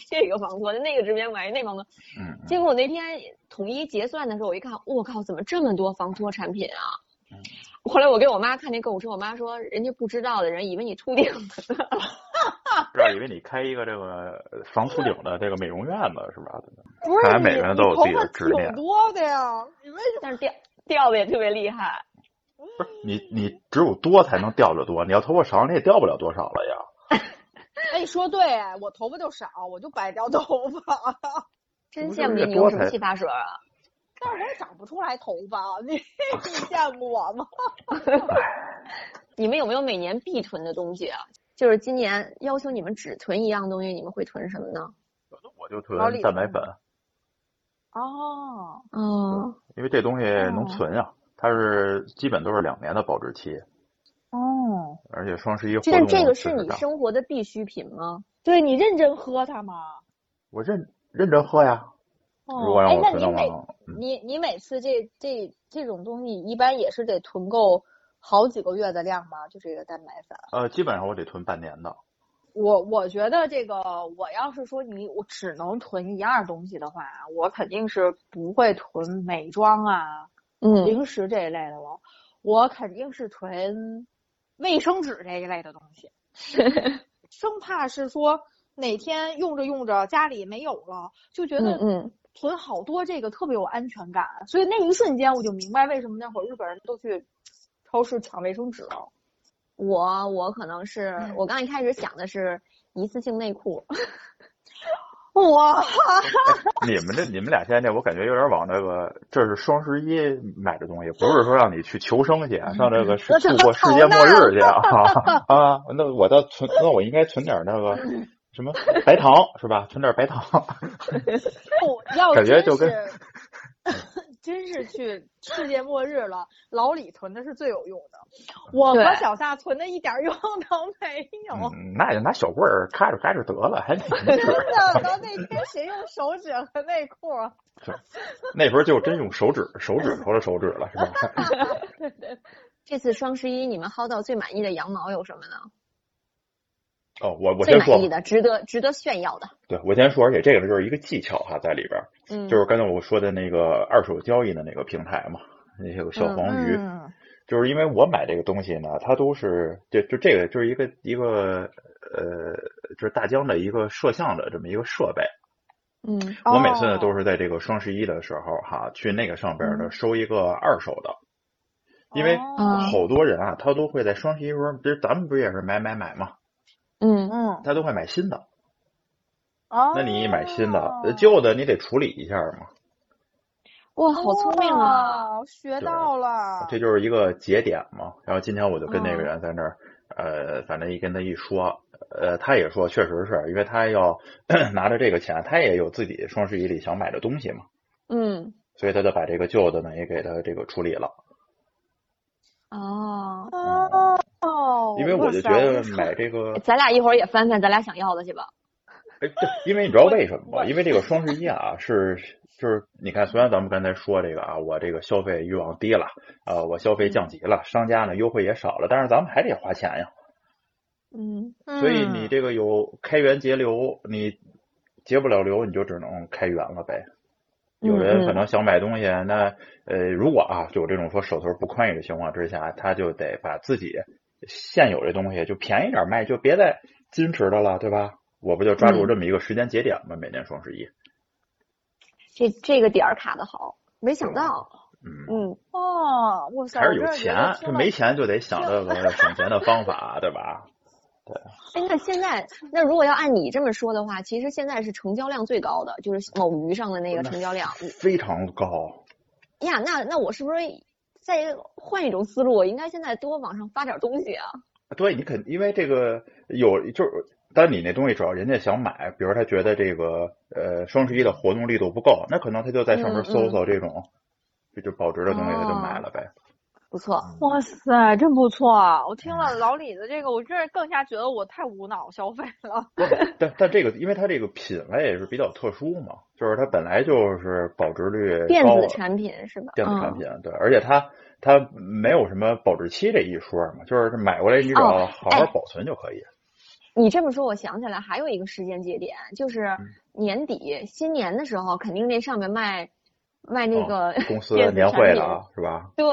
A: 这个防脱，在那个直播间买那防脱。
C: 嗯，
A: 结果我那天统一结算的时候，我一看，我靠，怎么这么多防脱产品啊？后来我给我妈看那购物车，我妈说人家不知道的人以为你秃顶的呢。
C: 不知道以为你开一个这个防秃顶的这个美容院子是吧？
B: 不是
C: 看来
B: 你，
C: 每个人都有
B: 你头
C: 自己的
B: 发
C: 执念
B: 挺多的呀，你为什么？
A: 但是掉掉的也特别厉害。
C: 不是你你只有多才能掉得多，你要头发少你也掉不了多少了呀。
B: 哎，你说对，我头发就少，我就白掉头发，
A: 真
C: 不是
A: 羡慕
C: 也
A: 你用
C: 多
A: 什么
C: 才
A: 洗发水啊？
B: 但是我也长不出来头发， 你你见过我吗？
A: 你们有没有每年必囤的东西啊？就是今年要求你们只囤一样东西，你们会囤什么呢？
C: 我就
B: 老
C: 囤
B: 李
C: 蛋白
B: 呢
C: 粉，
B: 哦，
A: 哦，
C: 因为这东西能
B: 哦
C: 存呀、它是基本都是两年的保质期，
B: 哦，
C: 而且双十一活
A: 但
C: 动
A: 这个
C: 确
A: 是
C: 实
A: 你
C: 大
A: 生活的必需品吗？
B: 对你认真喝它吗？
C: 我认认真喝呀。
B: 哦，
C: 如果让
B: 哎
C: 我
B: 那
C: 存
B: 你
C: 的话
B: 每，
C: 嗯
B: 你你每次这这这种东西，一般也是得囤够好几个月的量吗？就这个蛋白粉。
C: 呃，基本上我得囤半年的。
B: 我我觉得这个，我要是说你我只能囤一样东西的话，我肯定是不会囤美妆啊、
A: 嗯，
B: 零食这一类的了。 我肯定是囤卫生纸这一类的东西。生怕是说哪天用着用着家里没有了，就觉
A: 嗯
B: 得
A: 嗯，
B: 囤好多这个特别有安全感。所以那一瞬间我就明白为什么那会儿日本人都去超市抢卫生纸了。
A: 我我可能是我刚一开始想的是一次性内裤，
B: 哇，
C: 你们这你们俩现在这，我感觉有点往那个，这是双十一买的东西，不是说让你去求生去，啊上这个是
B: 那这
C: 度
B: 个
C: 过世界末日去啊 啊！那我倒存，那我应该存点那个什么白糖是吧？存点白糖。
B: 哦要
C: 感觉
B: 真
C: 就跟
B: 是真是去世界末日了，老李囤的是最有用的，我和
A: 对
B: 小夏囤的一点用都没有。
C: 嗯，那也拿小棍儿咔着咔着得 了，还没
B: 真
C: 事儿。
B: 的，到那天谁用手指和内裤？
C: 那时候就真用手指手指头的手指了，是 吧？
A: 这次双十一你们薅到最满意的羊毛有什么呢？
C: 哦，我我
A: 最
C: 先说
A: 满意
C: 吧，
A: 的，值得值得炫耀的。
C: 对我先说，而且这个就是一个技巧哈，在里边儿，
A: 嗯，
C: 就是刚才我说的那个二手交易的那个平台嘛，那些个小黄鱼，
B: 嗯，
C: 就是因为我买这个东西呢，它都是就就这个就是一个一个呃，就是大疆的一个摄像的这么一个设备。
A: 嗯
C: 我每次呢
B: 哦嗯
C: 都是在这个双十一的时候哈，去那个上边儿呢收一个二手的，因为
B: 哦
C: 好多人啊，他都会在双十一时候，就是咱们不是也是买买买嘛，
A: 嗯
B: 嗯，
C: 他都会买新的。
B: 哦
C: 那你买新的，呃旧的你得处理一下嘛，
A: 哇，好聪明啊！
B: 哦！学到了，
C: 这就是一个节点嘛。然后今天我就跟那
A: 嗯
C: 个人在那儿，呃，反正一跟他一说，呃，他也说确实是因为他要 拿着这个钱，他也有自己双十一里想买的东西嘛，
A: 嗯，
C: 所以他就把这个旧的呢也给他这个处理了。
A: 哦，
B: 哦哦，
C: 因为我就觉得买这个，
A: 咱俩一会儿也翻翻咱俩想要的去吧。
C: 哎，对，因为你知道为什么
B: 我
C: 吗？因为这个双十一啊，是就是你看，虽然咱们刚才说这个啊，我这个消费欲望低了，啊，我消费降级了，商家呢优惠也少了，但是咱们还得花钱呀。
A: 嗯，
B: 嗯
C: 所以你这个有开源节流，你节不了流，你就只能开源了呗。
B: 嗯
C: 有人可能想买东西，那呃，如果啊有这种说手头不宽裕的情况之下，他就得把自己现有这东西就便宜点卖，就别再矜持的了，对吧？我不就抓
B: 嗯
C: 住这么一个时间节点吗？每年双十一，
A: 这这个点儿卡的好，没想到。
C: 嗯，
A: 嗯，
B: 哦，哇塞，
C: 还是
B: 我
C: 有
B: 真觉得
C: 钱，
B: 听
C: 这
B: 了
C: 没钱就得想这个省钱的方法，对 吧？
A: 哎，那现在那如果要按你这么说的话，其实现在是成交量最高的，就是某鱼上的那个成交量。哎
C: 非常高，
A: 呀，那那我是不是再换一种思路？我应该现在多往上发点东西啊？
C: 对你肯，因为这个有就是，但你那东西只要人家想买，比如他觉得这个呃双十一的活动力度不够，那可能他就在上
A: 嗯
C: 面搜搜这种，这就保值的东西，他
A: 哦
C: 就买了呗。
A: 不错，
C: 嗯
B: 哇塞，真不错！啊我听了老李的这个，我真是更加觉得我太无脑消费了。
C: 但但这个，因为它这个品类是比较特殊嘛，就是它本来就是保值率高
A: 电子产品是吧？
C: 电子产
A: 嗯
C: 品，对，而且它它没有什么保质期这一说嘛，就是买过来你只要
A: 哦
C: 好好
A: 哎
C: 保存就可 以。
A: 你这么说，我想起来还有一个时间节点，就是
C: 嗯
A: 年底新年的时候，肯定那上面卖卖那个、
C: 哦公司
A: 电子
C: 年
A: 产
C: 会
A: 品
C: 了啊，是吧？
A: 对，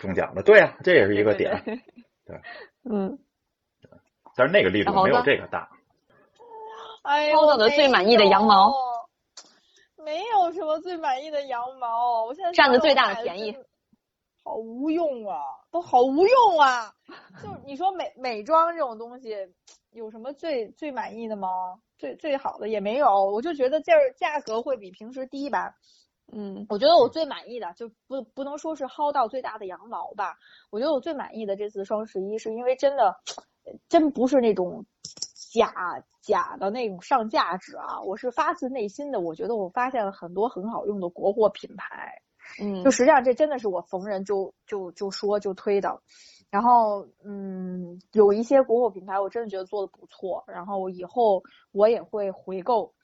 C: 中奖了，对呀、这也是一个
A: 对
C: 点。
A: 对
C: 对
A: 嗯，
C: 但是那个力度
A: 然后
C: 没有
A: 呢
C: 这个大。
B: 哎呦，
A: 收到的最满意的羊毛
B: 没有，没有什么最满意的羊毛。我现在
A: 占的
B: 想想
A: 最大的
B: 买
A: 便宜
B: 真的好无用啊，都好无 用啊！就你说美美妆这种东西，有什么最最满意的吗？最最好的也没有，我就觉得这儿价格会比平时低吧。
A: 嗯，
B: 我觉得我最满意的，就不不能说是薅到最大的羊毛吧。我觉得我最满意的这次双十一，是因为真的，呃真不是那种假假的那种上价值啊，我是发自内心的，我觉得我发现了很多很好用的国货品牌。
A: 嗯，
B: 就实际上这真的是我逢人就就就说就推的。然后，嗯，有一些国货品牌我真的觉得做的不错，然后以后我也会回购。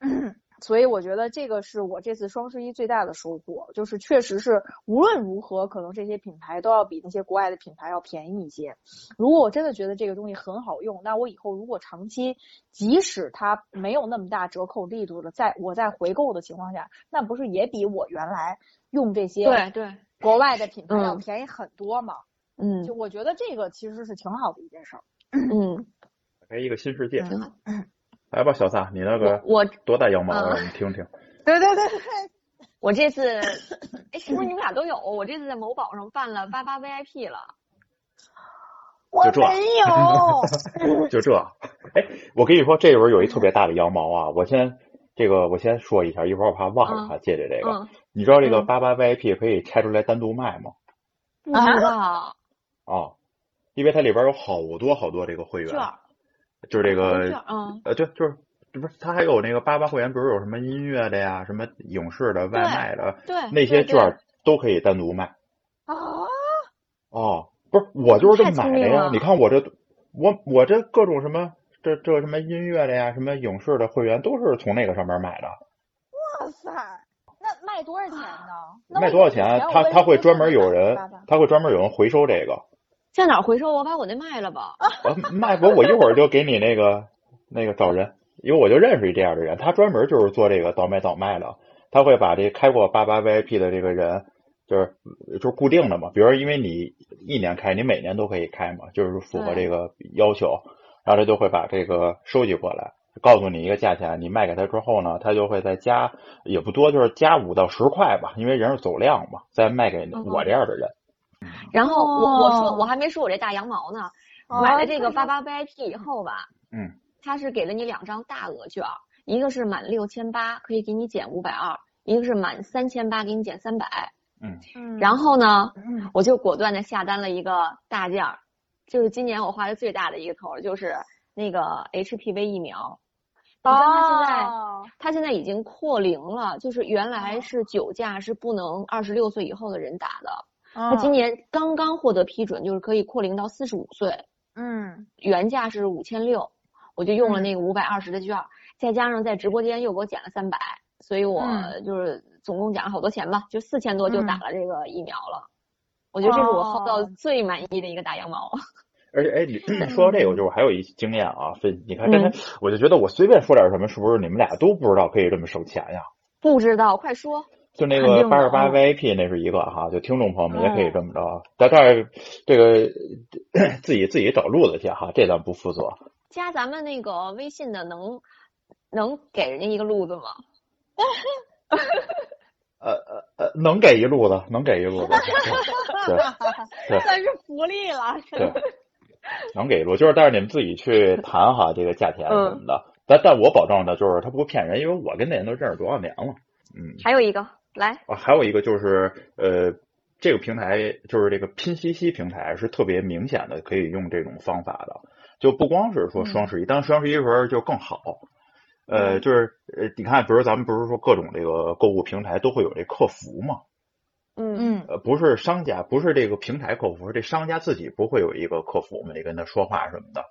B: 所以我觉得这个是我这次双十一最大的收获，就是确实是无论如何，可能这些品牌都要比那些国外的品牌要便宜一些。如果我真的觉得这个东西很好用，那我以后如果长期，即使它没有那么大折扣力度了，在我在回购的情况下，那不是也比我原来用这些
A: 对对，
B: 国外的品牌要
A: 嗯
B: 便宜很多嘛？
A: 嗯
B: 就我觉得这个其实是挺好的一件事儿。
A: 嗯，
C: 开哎一个新世界。
A: 挺好。嗯
C: 来吧，小撒，你那个
A: 我
C: 多大羊毛
A: 嗯
C: 啊？我们听听。
B: 对对对对，
A: 我这次，哎，是不是你们俩都有？我这次在某宝上办了八八 VIP 了。
B: 我
C: 就这
B: 没 有。
C: 就这，哎，我跟你说，这轮有一特别大的羊毛啊！我先这个我先说一下，一会儿我怕忘了他借着这个。
A: 嗯，
C: 你知道这个
A: 嗯
C: 八八 VIP 可以拆出来单独卖吗？
A: 不知道。
C: 啊，因为它里边有好多好多这个会员
A: 券儿，
C: 就是这
A: 券
C: 个
A: 儿嗯，
C: 呃，对，就是。不是，它还有那个八八会员，比如有什么音乐的呀、什么影视的、外卖的，
A: 对，
C: 那
A: 对
C: 些
A: 对
C: 券儿都可以单独卖。
B: 啊，
C: 哦，不是，我就是这么买
A: 太聪
C: 的
A: 明
C: 呀
A: 了。
C: 你看我这，我我这各种什么，这这什么音乐的呀，什么影视的会员都是从那个上面买的。
B: 哇塞， 那卖多少钱呢？那
C: 卖
B: 我
C: 多少
B: 有
C: 钱
B: 钱
C: 啊？
B: 我
C: 他
B: 为什
C: 他会
B: 么
C: 专
B: 不
C: 门
B: 能
C: 有
B: 买
C: 人
B: 八八，
C: 他会专门有人回收这个。
A: 在哪儿回收？我把我那卖了吧。
C: 我卖呃不，我一会儿就给你那个那个找人，因为我就认识一这样的人，他专门就是做这个倒买倒卖的，他会把这开过八八 VIP 的这个人，就是就是固定的嘛，比如说因为你一年开，你每年都可以开嘛，就是符合
A: 对
C: 这个要求，然后他就会把这个收集过来，告诉你一个价钱，你卖给他之后呢，他就会再加也不多，就是加五到十块吧，因为人是走量嘛，再卖给
A: 嗯
C: 我这样的人。
A: 然后我我说
B: 哦
A: 我还没说我这大羊毛呢，
B: 哦
A: 买了这个八八 VIP 以后吧，
C: 嗯，
A: 他是给了你两张大额券儿，一个是满六千八可以给你减五百二，一个是满三千八给你减三百。然后呢，
B: 嗯
A: 我就果断的下单了一个大件儿，就是今年我花的最大的一个头儿，就是那个 HPV 疫苗。你知道它现在
B: 哦
A: 它现在已经扩龄了，就是原来是九价是不能二十六岁以后的人打的，它今年刚刚获得批准，就是可以扩龄到四十五岁，
B: 嗯
A: 原价是五千六，我就用了
B: 嗯
A: 那个五百二十的券儿，再加上在直播间又给我减了三百，所以我
B: 嗯
A: 就是总共减了好多钱吧，就四千多就打
B: 嗯
A: 了这个疫苗了。我觉得这是我薅到
B: 哦
A: 最满意的一个大羊毛。
C: 而且，哎，你
B: 嗯
C: 说到这个，我就是我还有一经验啊，分你看，真的，我就觉得我随便说点什么，是不是你们俩都不知道可以这么省钱呀？
A: 不知道，快说。
C: 就那
B: 肯
C: 个
B: 定
C: 八
B: 的
C: 十八
B: 嗯
C: VIP 那是一个哈，就听众朋友们也可以
B: 嗯
C: 这么着啊，但但是这个 自己自己找路子去哈，这咱不负责。
A: 加咱们那个微信的能能给人家一个路子 吗？
C: 呃呃呃，能给一路子，能给一 路子，对对
B: 算是福利了。
C: 对，对能给一路，就是但是你们自己去谈哈，这个价钱什么的。
B: 嗯
C: 但但我保证的就是他不骗人，因为我跟那人都认识多少年了，嗯。
A: 还有一个，来，
C: 啊，还有一个就是呃，这个平台就是这个拼夕夕平台是特别明显的可以用这种方法的，就不光是说双十一，当然双十一时候就更好。呃，就是呃，你看，比如咱们不是说各种这个购物平台都会有这客服嘛？
A: 嗯
B: 嗯
C: 呃，不是商家，不是这个平台客服，这商家自己不会有一个客服嘛，得跟他说话什么的。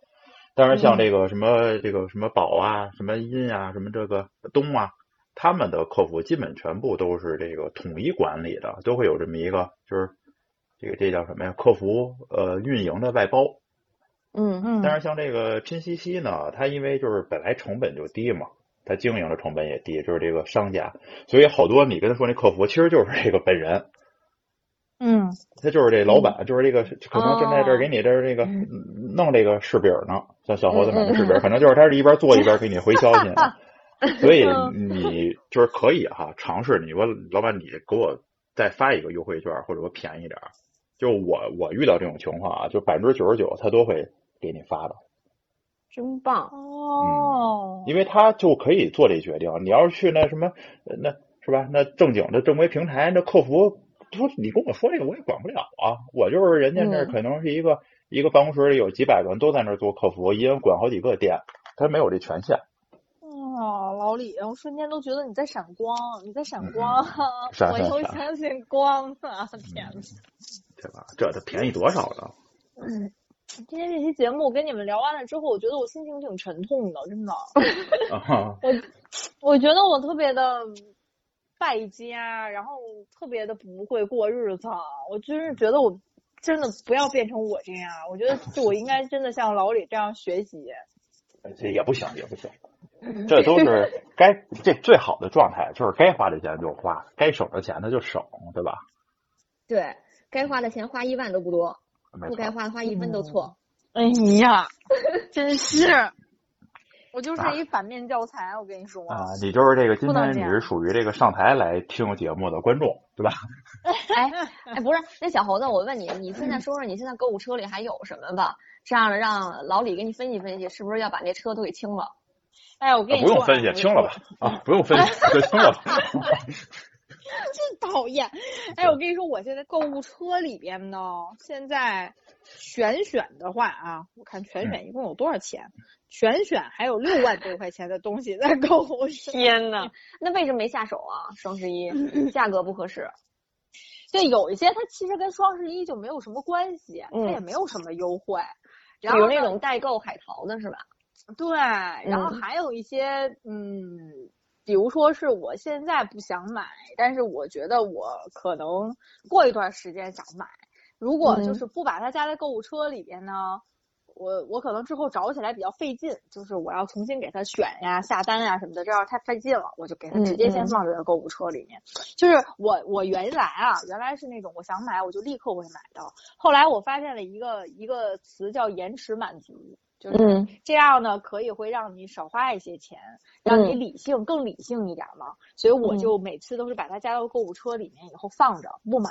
C: 当然，像这个什么这个什么宝啊，什么音啊，什么这个东啊，他们的客服基本全部都是这个统一管理的，都会有这么一个就是这个这叫什么呀？客服呃运营的外包。
A: 嗯
B: 嗯
C: 但是像这个拼夕夕呢，它因为就是本来成本就低嘛，它经营的成本也低，就是这个商家，所以好多你跟他说那客服其实就是这个本人。
B: 嗯
C: 他就是这老板，就是这个可能正在这
A: 嗯
C: 儿
A: 哦
C: 给你这儿这个
B: 嗯
C: 弄这个柿饼呢，像小猴子买的
A: 嗯
C: 柿
A: 嗯
C: 饼，
A: 嗯
C: 反正就是他是一边做一边给你回消 息呢。所以
A: 嗯
C: 你就是可以哈、尝试你说老板，你给我再发一个优惠券，或者我便宜点儿。就我我遇到这种情况啊，就百分之九十九他都会给你发的，
A: 真棒。
B: 哦，
C: 因为他就可以做这决定。你要是去那什么，呃那是吧？那正经的正规平台，那客服说你跟我说这个我也管不了啊，我就是人家那儿
A: 嗯
C: 可能是一个、一个办公室里有几百个人都在那儿做客服，一人管好几个店，他没有这权限。
B: 哦，老李，我瞬间都觉得你在闪光，你在
C: 嗯
B: 闪光，
C: 闪
B: 我
C: 闪
B: 又
C: 闪
B: 相信光了，
C: 嗯
B: 天呐。
C: 对吧？这他便宜多少呢？
B: 今天这期节目跟你们聊完了之后，我觉得我心情挺沉痛的，真的。
C: 啊，
B: 我觉得我特别的败家，然后特别的不会过日子。我真
C: 嗯
B: 是觉得我真的不要变成我这样，我觉得就我应该真的像老李这样学习。
C: 这也不行，也不行。
A: 嗯
C: 这 都是该这最好的状态，就是该花的钱就花，该省的钱他就省，对吧？
A: 对该花的钱花一万都不多，
C: 没
A: 不
C: 错
A: 嗯 该花的花一分都错。
B: 哎呀，真是，我就是
C: 啊
B: 一反面教材，我跟你说。
C: 啊，你就是这个今
B: 不能
C: 天
B: 这
C: 你
B: 样
C: 是属于这个上台来听节目的观众，对吧？
A: 哎哎，不是，那小猴子，我问你，你现在说说你现在购物车里还有什么吧？这样让老李给你分析分析，是不是要把那车都给清了？
B: 哎，我
C: 啊
B: 跟你
C: 不
B: 说，
C: 用分析，清了吧？啊，不用分析， 就清了吧。
B: 哎真讨 厌！哎，我跟你说，我现在购物车里边呢，现在全选的话啊，我看全
C: 嗯
B: 选一共有多少钱？全选还有六万多块钱的东西在购物车。
A: 天呐，那为什么没下手啊？双十一
B: 嗯
A: 价格不合适，
B: 对，有一些它其实跟双十一就没有什么关系，它也
A: 嗯
B: 没有什么优惠。
A: 比
B: 然后
A: 如
B: 呢
A: 那种代购海淘的是吧？
B: 对，然后
A: 嗯
B: 还有一些嗯，比如说是我现在不想买，但是我觉得我可能过一段时间想买。如果就
A: 嗯
B: 是不把它加在购物车里边呢，我我可能之后找起来比较费劲，就是我要重新给它选呀、下单呀什么的，这样太费劲了，我就给它
A: 嗯
B: 直接
A: 嗯
B: 先放在购物车里面。就是我我原来啊，原来是那种我想买我就立刻会买到，后来我发现了一个一个词叫延迟满足，就是。
A: 嗯
B: 这样呢，可以会让你少花一些钱，让你
A: 嗯
B: 理性、更理性一点嘛。所以我就每次都是把它加到购物车里面，以后放着不买。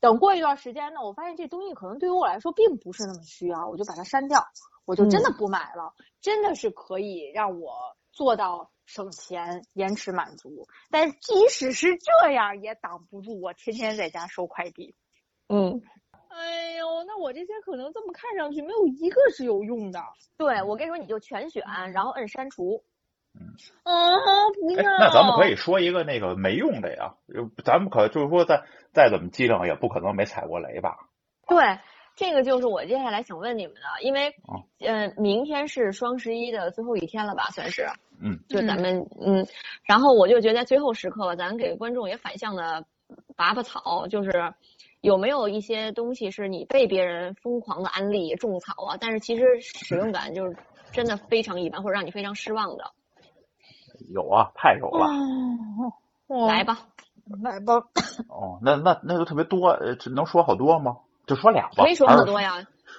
B: 等过一段时间呢，我发现这东西可能对于我来说并不是那么需要，我就把它删掉，我就真的不买了。真的是可以让我做到省钱、延迟满足。但即使是这样，也挡不住我天天在家收快递。
A: 嗯，
B: 哎呦，那我这些可能这么看上去，没有一个是有用的。
A: 对，我跟你说，你就全选，然后摁删除。
B: 啊，不
C: 哎
B: 要！，
C: 那咱们可以说一个那个没用的呀，呃咱们可就是说再再怎么机灵，也不可能没踩过雷吧？
A: 对，这个就是我接下来想问你们的，因为
C: 哦，
A: 呃，明天是双十一的最后一天了吧，算是，
C: 嗯，
A: 就咱们，嗯，然后我就觉得最后时刻，咱给观众也反向的拔拔草，就是有没有一些东西是你被别人疯狂的安利种草啊，但是其实使用感就是真的非常一般，或者让你非常失望的，
C: 有啊，太有了。
B: 哇
A: 来吧，
B: 来吧，
C: 哦，那那那就特别多，呃，只能说好多吗？就说俩吧，
A: 没说那
C: 还
A: 么
C: 是
A: 多呀，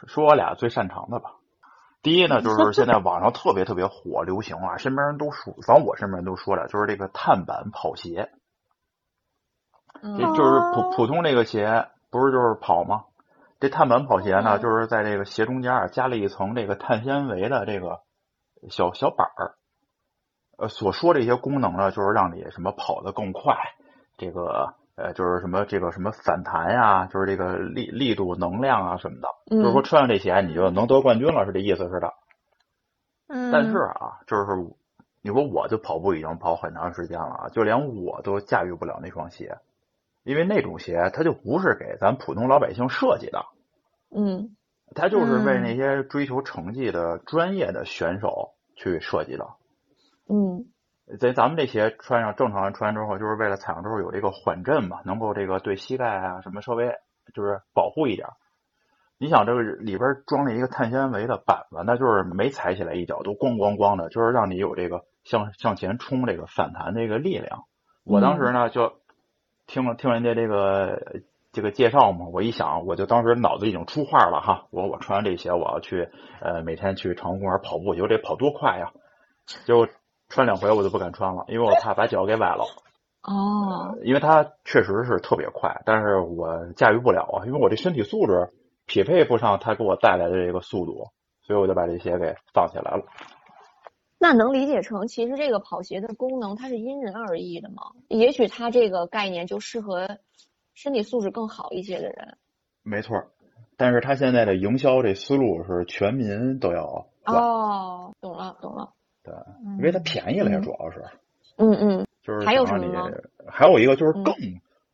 C: 说我俩最擅长的吧。第一呢，就是现在网上特别特别火、流行啊，身边人都说，反正我身边人都说了，就是这个碳板跑鞋，这
A: 嗯
C: 就是普普通这个鞋，不是就是跑吗？这碳板跑鞋呢，就是在这个鞋中间啊加了一层这个碳纤维的这个小小板儿。呃，所说这些功能呢，就是让你什么跑得更快，这个呃，就是什么这个什么反弹呀、就是这个力力度、能量啊什么的。就是说穿上这鞋你就能得冠军了，是这意思似的。
B: 嗯
C: 但是啊，就是你说我就跑步已经跑很长时间了啊，就连我都驾驭不了那双鞋，因为那种鞋它就不是给咱普通老百姓设计的，
A: 嗯
C: 它就是为那些追求成绩的专业的选手去设计的。
A: 嗯
C: 在咱们这鞋穿上，正常人穿上之后，就是为了踩上之后有这个缓震嘛，能够这个对膝盖啊什么稍微就是保护一点儿。你想这个里边装了一个碳纤维的板子，那就是每踩起来一脚都咣咣咣的，就是让你有这个向向前冲这个反弹这个力量。我当时呢就听了听人家这个这个介绍嘛，我一想，我就当时脑子已经出画了哈，我我穿上这鞋，我要去呃每天去长公园跑步，有得跑多快呀！结果穿两回我就不敢穿了，因为我怕把脚给崴了，
A: 哦，
C: 因为它确实是特别快，但是我驾驭不了啊，因为我这身体素质匹配不上它给我带来的这个速度，所以我就把这鞋给放起来了。
A: 那能理解成，其实这个跑鞋的功能它是因人而异的吗？也许它这个概念就适合身体素质更好一些的人。
C: 没错儿，但是它现在的营销这思路是全民都要管，
A: 哦，懂了，懂了。
C: 因为它便宜了呀，
A: 嗯
C: 主要是。
A: 嗯嗯，
C: 就是
A: 还有
C: 想让
A: 什么
C: 你
A: 吗
C: 还有一个就是
A: 嗯
C: 更、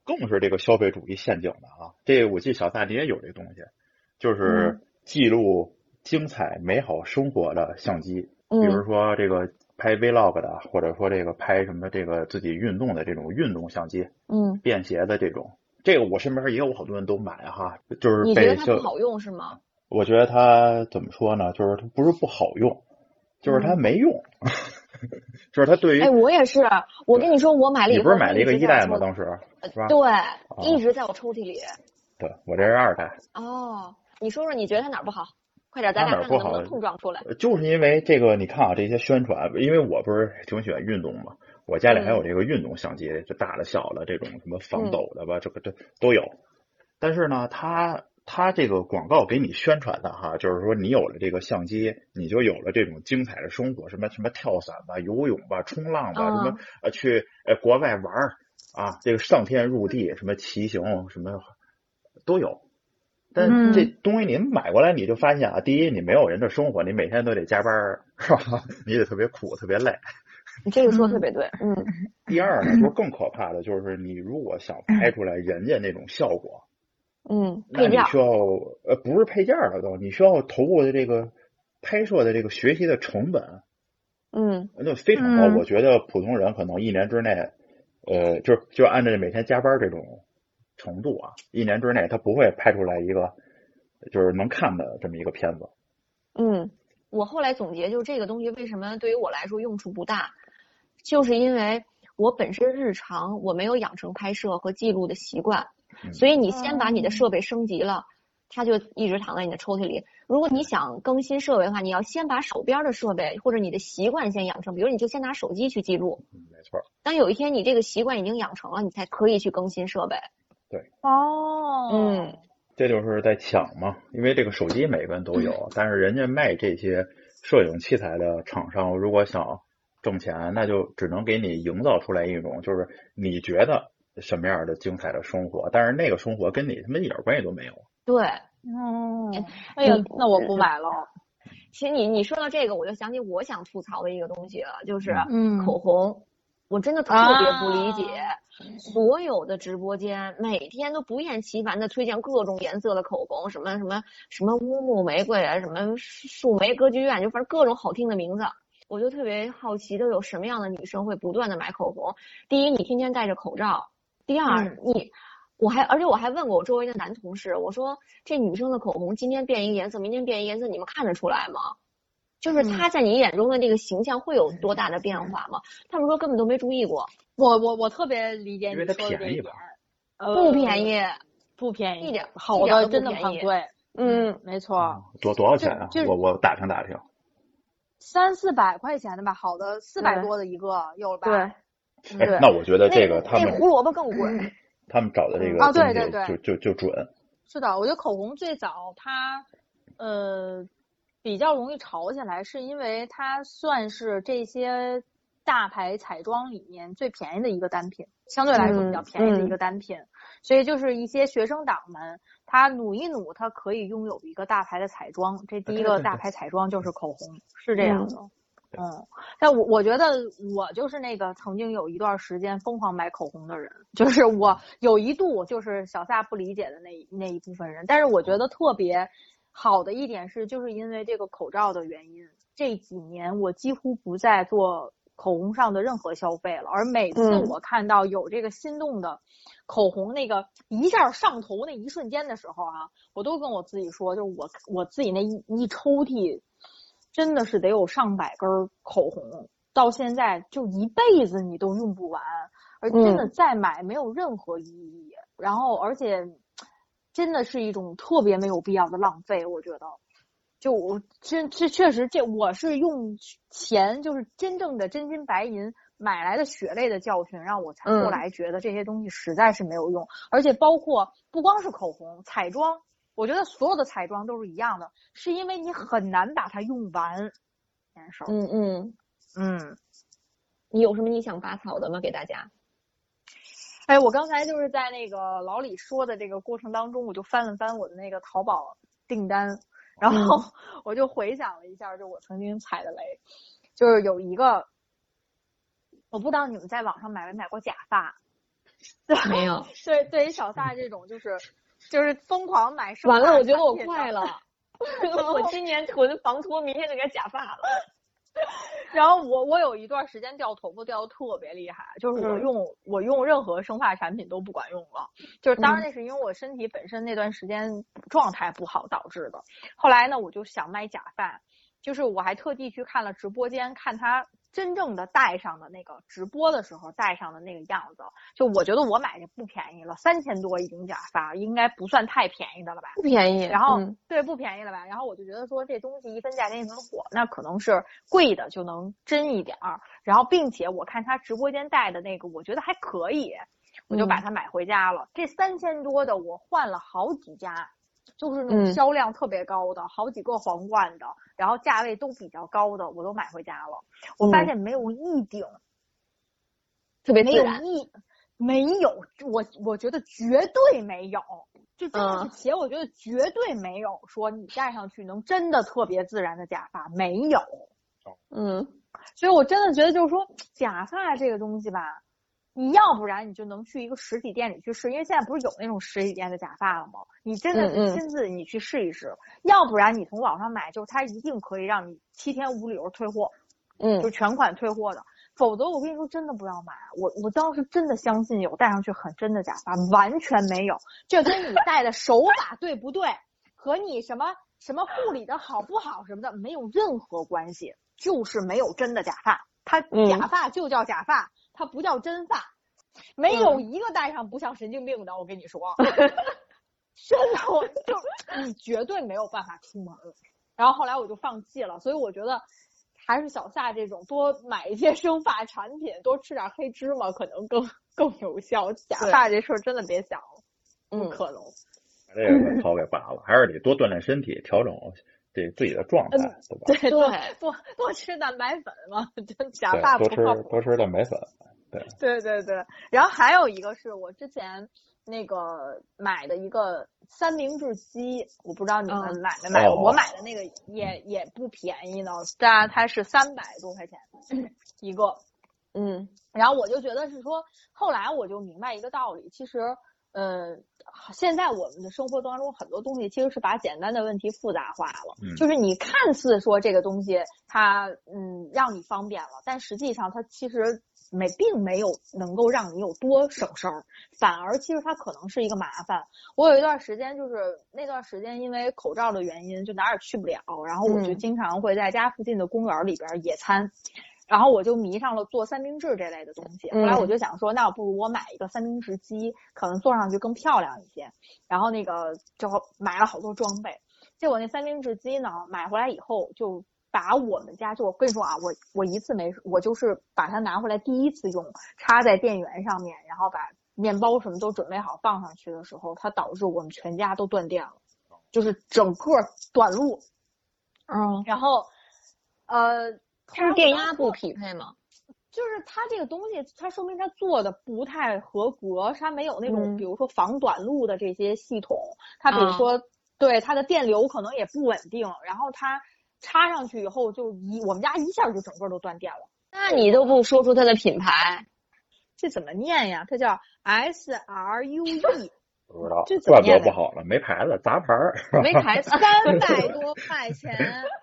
C: 更是这个消费主义陷阱的啊！这个我记得小萨你也有这东西，
A: 嗯
C: 就是记录精彩美好生活的相机，
A: 嗯
C: 比如说这个拍 vlog 的，或者说这个拍什么这个自己运动的这种运动相机、
A: 嗯，
C: 便携的这种。这个我身边也有好多人都买哈，就是
A: 你觉
C: 被
A: 得它
C: 消
A: 不好用是吗？
C: 我觉得它怎么说呢？就是它不是不好用，就是它没用， 就是它对
A: 嗯
C: 于
A: 哎，我也是，我跟你说，我买了以
C: 你
A: 后，
C: 不是买了一
A: 它
C: 个
A: 直
C: 一
A: 在我
C: 代吗？
A: 抽呃
C: 当时是吧？哦
A: 对，一直在我抽屉里。
C: 对，我这是二代。
A: 哦，你说说，你觉得它哪儿不好？快点，咱
C: 哪
A: 俩
C: 儿
A: 看
C: 不
A: 看能不
C: 好
A: 能碰撞出来。
C: 呃就是因为这个，你看啊，这些宣传，因为我不是挺喜欢运动嘛，我家里还有这个运动相机，就大的、小的这种什么防抖的吧，这个这都有。但是呢，它它这个广告给你宣传的哈，就是说你有了这个相机，你就有了这种精彩的生活，什么什么跳伞吧、游泳吧、冲浪吧，什么呃去呃国外玩儿啊，这个上天入地，什么骑行什么都有。
A: 嗯
C: 但这东西你买过来，你就发现啊，第一，你没有人的生活，你每天都得加班儿，是吧？ 你得特别苦，特别累。
A: 你这个说的特别对，嗯，
C: 第二呢，就是更可怕的就是，你如果想拍出来人家那种效果，
A: 嗯，
C: 那
A: 配
C: 你
A: 件儿
C: 需要呃不是配件儿了都，你需要投入的这个拍摄的这个学习的成本，
A: 嗯
C: 那非常高。
G: 嗯
C: 我觉得普通人可能一年之内，呃，就就按照每天加班这种程度啊，一年之内他不会拍出来一个就是能看的这么一个片子。
A: 嗯。我后来总结，就是这个东西为什么对于我来说用处不大，就是因为我本身日常我没有养成拍摄和记录的习惯，
C: 嗯
A: 所以你先把你的设备升级了，它就一直躺在你的抽屉里。如果你想更新设备的话，你要先把手边的设备或者你的习惯先养成，比如你就先拿手机去记录，
C: 嗯没错儿，
A: 当有一天你这个习惯已经养成了，你才可以去更新设备。
G: 哦，
A: 嗯，
C: 这就是在抢嘛，因为这个手机每个人都
B: 嗯
C: 有，但是人家卖这些摄影器材的厂商，如果想挣钱，那就只能给你营造出来一种就是你觉得什么样的精彩的生活，但是那个生活跟你他妈一点关系都没有。
A: 对，
G: 哦，
B: 哎呀
A: 嗯，
B: 那我不买了。
A: 其实你你说到这个，我就想起我想吐槽的一个东西了，就是
G: 嗯
A: 口红。我真的特别不理解，所有的直播间每天都不厌其烦的推荐各种颜色的口红，什么什么什么乌木玫瑰啊，什么树莓歌剧院，就反正各种好听的名字。我就特别好奇，都有什么样的女生会不断的买口红？第一，你天天戴着口罩；第二，你我还而且我还问过我周围的男同事，我说这女生的口红今天变一个颜色，明天变一个颜色，你们看得出来吗？就是她在你眼中的那个形象会有多大的变化吗？他们说根本都没注意过，
B: 我我我特别理解
C: 因
B: 你
C: 为
B: 说
C: 它
B: 的这
C: 便宜
B: 一
C: 吧
B: 点，呃
A: 不便，宜。
B: 不便宜，
A: 一点
B: 好
A: 一点
B: 的
A: 都不
B: 真的
A: 便
B: 很
A: 宜
B: 贵，
A: 嗯，
B: 没错，
C: 多多少钱啊
B: 就？是
C: 我我打听打听，
B: 三四百块钱的吧，好的四百
A: 对
B: 多的一个有了吧？
A: 嗯对，
C: 哎
A: 对，
C: 那我觉得这个
A: 那
C: 他们
A: 那胡萝卜更贵。
C: 他们找的这个
B: 哦对
C: 东
B: 对
C: 西
B: 对
C: 就就就准，
B: 是的，我觉得口红最早它，呃，比较容易炒起来，是因为它算是这些大牌彩妆里面最便宜的一个单品，相对来说比较
A: 嗯
B: 便宜的一
A: 嗯
B: 个单品，所以就是一些学生党们，他努一努，他可以拥有一个大牌的彩妆。这第一
C: 对
B: 个
C: 对
B: 大
C: 对
B: 牌彩妆就是口红，是这样
A: 嗯
B: 的。
C: 对
B: 嗯，但我我觉得我就是那个曾经有一段时间疯狂买口红的人，就是我有一度就是小撒不理解的那一那一部分人。但是我觉得特别好的一点是，就是因为这个口罩的原因，这几年我几乎不再做口红上的任何消费了。而每次
A: 嗯
B: 我看到有这个心动的口红那个一下上头那一瞬间的时候啊，我都跟我自己说，就是我我自己那一一抽屉，真的是得有上百根儿口红，到现在就一辈子你都用不完，而真的再买没有任何意义。然后，而且真的是一种特别没有必要的浪费，我觉得。就我这这确实这我是用钱就是真正的真金白银买来的血泪的教训，让我才
A: 嗯
B: 后来觉得这些东西实在是没有用，而且包括不光是口红、彩妆，我觉得所有的彩妆都是一样的，是因为你很难把它用完。这件事儿，
A: 嗯嗯，
B: 嗯，
A: 你有什么你想拔草的吗？给大家。
B: 哎，我刚才就是在那个老李说的这个过程当中，我就翻了翻我的那个淘宝订单，然后
A: 嗯
B: 我就回想了一下，就我曾经踩的雷，就是有一个，我不知道你们在网上买没买过假发，
A: 没有。
B: 对，对于小撒这种就是就是疯狂买手
A: 完
B: 办
A: 了，我觉得
B: 产
A: 我
B: 品的
A: 快 了。 我今年囤防脱，明天就该假发了。
B: 然后我我有一段时间掉头发掉的特别厉害，就是我
A: 嗯
B: 用、我用任何生发产品都不管用了，就是当然那是因为我身体本身那段时间状态不好导致的。后来呢，我就想买假发，就是我还特地去看了直播间，看他真正的戴上的那个直播的时候戴上的那个样子。就我觉得我买这不便宜了，三千多一顶假发应该不算太便宜的了吧？
A: 不便宜。
B: 然后、
A: 嗯
B: 对不便宜了吧？然后我就觉得说这东西一分价钱一分货，那可能是贵的就能真一点儿。然后并且我看他直播间带的那个，我觉得还可以，
A: 嗯
B: 我就把它买回家了。这三千多的我换了好几家，就是那种
A: 嗯
B: 销量特别高的，好几个皇冠的，然后价位都比较高的，我都买回家了。我发
A: 嗯
B: 现没有一顶
A: 特别
B: 没
A: 自
B: 有
A: 然。
B: 一没有，我我觉得绝对没有，就真的
A: 嗯
B: 是鞋，我觉得绝对没有说你戴上去能真的特别自然的假发没有，
A: 嗯
B: 所以我真的觉得就是说假发这个东西吧，你要不然你就能去一个实体店里去试，因为现在不是有那种实体店的假发了吗？你真的
A: 嗯嗯
B: 亲自你去试一试，要不然你从网上买，就是它一定可以让你七天无理由退货。就
A: 嗯，
B: 全款退货的。否则我跟你说，真的不要买。啊我我当时真的相信有戴上去很真的假发，完全没有。这跟你戴的手法对不对，和你什么什么护理的好不好什么的没有任何关系，就是没有真的假发。它
A: 嗯
B: 假发就叫假发，它不叫真发。没有
A: 嗯
B: 一个戴上不像神经病的，我 跟你说，真的，我就你绝对没有办法出门。然后后来我就放弃了，所以我觉得还是小夏这种多买一些生发产品，多吃点黑芝麻，可能更更有效。假发这事儿真的别想了，不
A: 嗯
B: 可能。
C: 把这个草给拔了，还是得多锻炼身体，调整这自己的状态，对吧？
B: 嗯 对多多多吃蛋白粉嘛， 真假发
C: 对，
B: 不
C: 多
B: 靠谱
C: 吃。多吃蛋白粉，
B: 对对对，然后还有一个是我之前那个买的一个三明治机，我不知道你们
A: 嗯
B: 买没买过，
C: 哦
B: 我买的那个也也不便宜呢，大概它是三百多块钱 一个，
A: 嗯
B: 然后我就觉得是说，后来我就明白一个道理，其实，呃，现在我们的生活当中很多东西其实是把简单的问题复杂化了，
C: 嗯
B: 就是你看似说这个东西它嗯让你方便了，但实际上它其实没并没有能够让你有多省事儿，反而其实它可能是一个麻烦。我有一段时间就是那段时间因为口罩的原因就哪儿也去不了，然后我就
A: 嗯
B: 经常会在家附近的公园里边野餐。然后我就迷上了做三明治这类的东西。后
A: 嗯
B: 来我就想说，那我不如我买一个三明治机，可能做上去更漂亮一些。然后那个就买了好多装备，结果那三明治机呢，买回来以后就把我们家就我跟你说啊，我我一次没，我就是把它拿回来第一次用，插在电源上面，然后把面包什么都准备好放上去的时候，它导致我们全家都断电了，就是整个短路。
A: 哦，
B: 然后，呃，
A: 它是电压不匹配吗？
B: 就是它这个东西，它说明它做的不太合格，它没有那种、
A: 嗯
B: 比如说防短路的这些系统，它比如
A: 啊
B: 说、对它的电流可能也不稳定，然后它插上去以后就一我们家一下就整个都断电了，
A: 那你都不说出它的品牌，
B: 这怎么念呀？它叫 S R U E，
C: 不知道
B: 这，怎么
C: 怪
B: 念
C: 不得不
B: 呢
C: 好了，没牌子，杂牌儿，是 吧
A: 没 牌子。
B: 三百多块钱，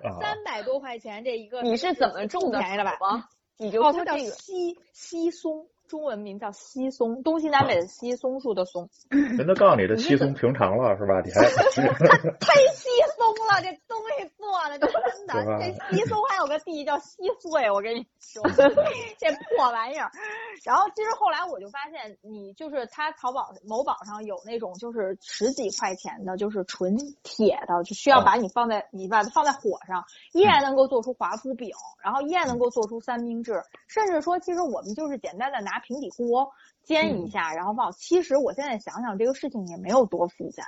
C: 啊
B: 三百多块钱这一个，
A: 你是怎么种的
B: 便宜了吧？
A: 草啊？你就
B: 哦，
A: 说
B: 它叫
A: 这个
B: 稀稀松，中文名叫稀松，东西南北的稀，松树的松。
C: 人都告诉你这稀松平常了，是吧？你还
B: 太稀松了，这东西做的真
C: 是吧
B: 的，这稀松还有个地叫稀碎，我跟你 说，这破玩意儿。然后其实后来我就发现，你就是它淘宝某宝上有那种就是十几块钱的，就是纯铁的，就需
C: 哦
B: 要把你放在你把它放在火上，依
C: 嗯
B: 然能够做出华夫饼，然后依然能够做出三明治，甚至说其实我们就是简单的拿平底锅
C: 嗯
B: 煎一下，然后放。其实我现在想想，这个事情也没有多复杂。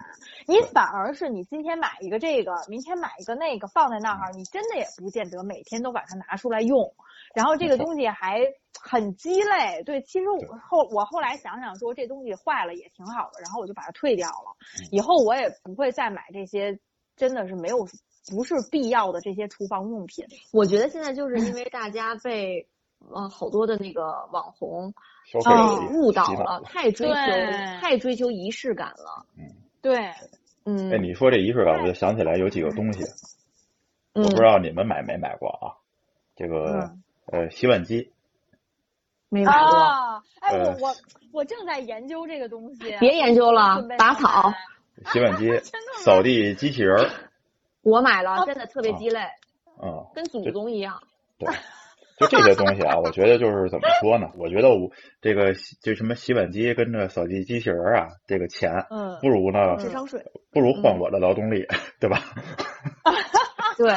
B: 你反而是你今天买一个这个，明天买一个那个，放在那儿，你真的也不见得每天都把它拿出来用。然后这个东西还很鸡肋，对，其实我后我后来想想说，这东西坏了也挺好的，然后我就把它退掉了。以后我也不会再买这些，真的是没有不是必要的这些厨房用品。
A: 我觉得现在就是因为大家被呃好多的那个网红
C: 消费
A: 被
B: 哦
C: 主义
A: 误导
C: 洗脑
A: 了，。太追求
B: 对
A: 太追求仪式感了。
B: 对，
A: 嗯
C: 哎，，你说这仪式感，我就想起来有几个东西，
B: 嗯
A: 我
C: 我不知道你们买没买过啊？这
B: 嗯
C: 个呃，洗碗机，
A: 没买过，
B: 啊，哎，我
C: 呃
B: 我我正在研究这个东西，
A: 别研究了
B: 准备，
A: 打草。
C: 洗碗 机
B: 真的吗，
C: 扫地机器人儿，
A: 哦我买了，真的特别鸡肋，
C: 嗯，
A: 跟祖宗一样。
C: 对，就这些东西啊，我觉得就是怎么说呢？我觉得我这个洗这什么洗碗机跟这扫地机器人儿啊，这个钱
B: 嗯
C: 不啊如呢，
A: 智商税。
C: 不如换我的劳动力，对吧？
A: 对，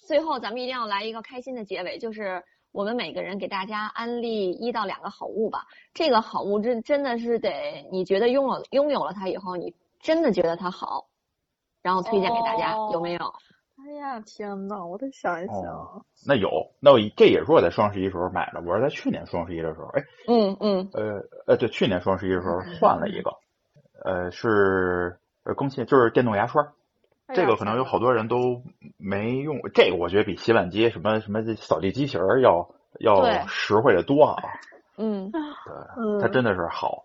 A: 最后咱们一定要来一个开心的结尾，就是我们每个人给大家安利一到两个好物吧。这个好物真真的是得你觉得拥有拥有了它以后，你真的觉得它好，然后推荐给大家，
B: 哦
A: 有没有？
B: 哎呀，天呐，我得想一想。
C: 哦那有，那我这也是我在双十一时候买的，我是在去年双十一的时候，哎，
A: 嗯嗯，
C: 呃呃，对，去年双十一的时候换了一个，呃，是呃更新就是电动牙刷，
B: 哎
C: 这个可能有好多人都没用，这个我觉得比洗碗机什么什么扫地机器人儿要
A: 对
C: 要实惠的多啊，
A: 嗯
B: 嗯，
C: 它真的是好。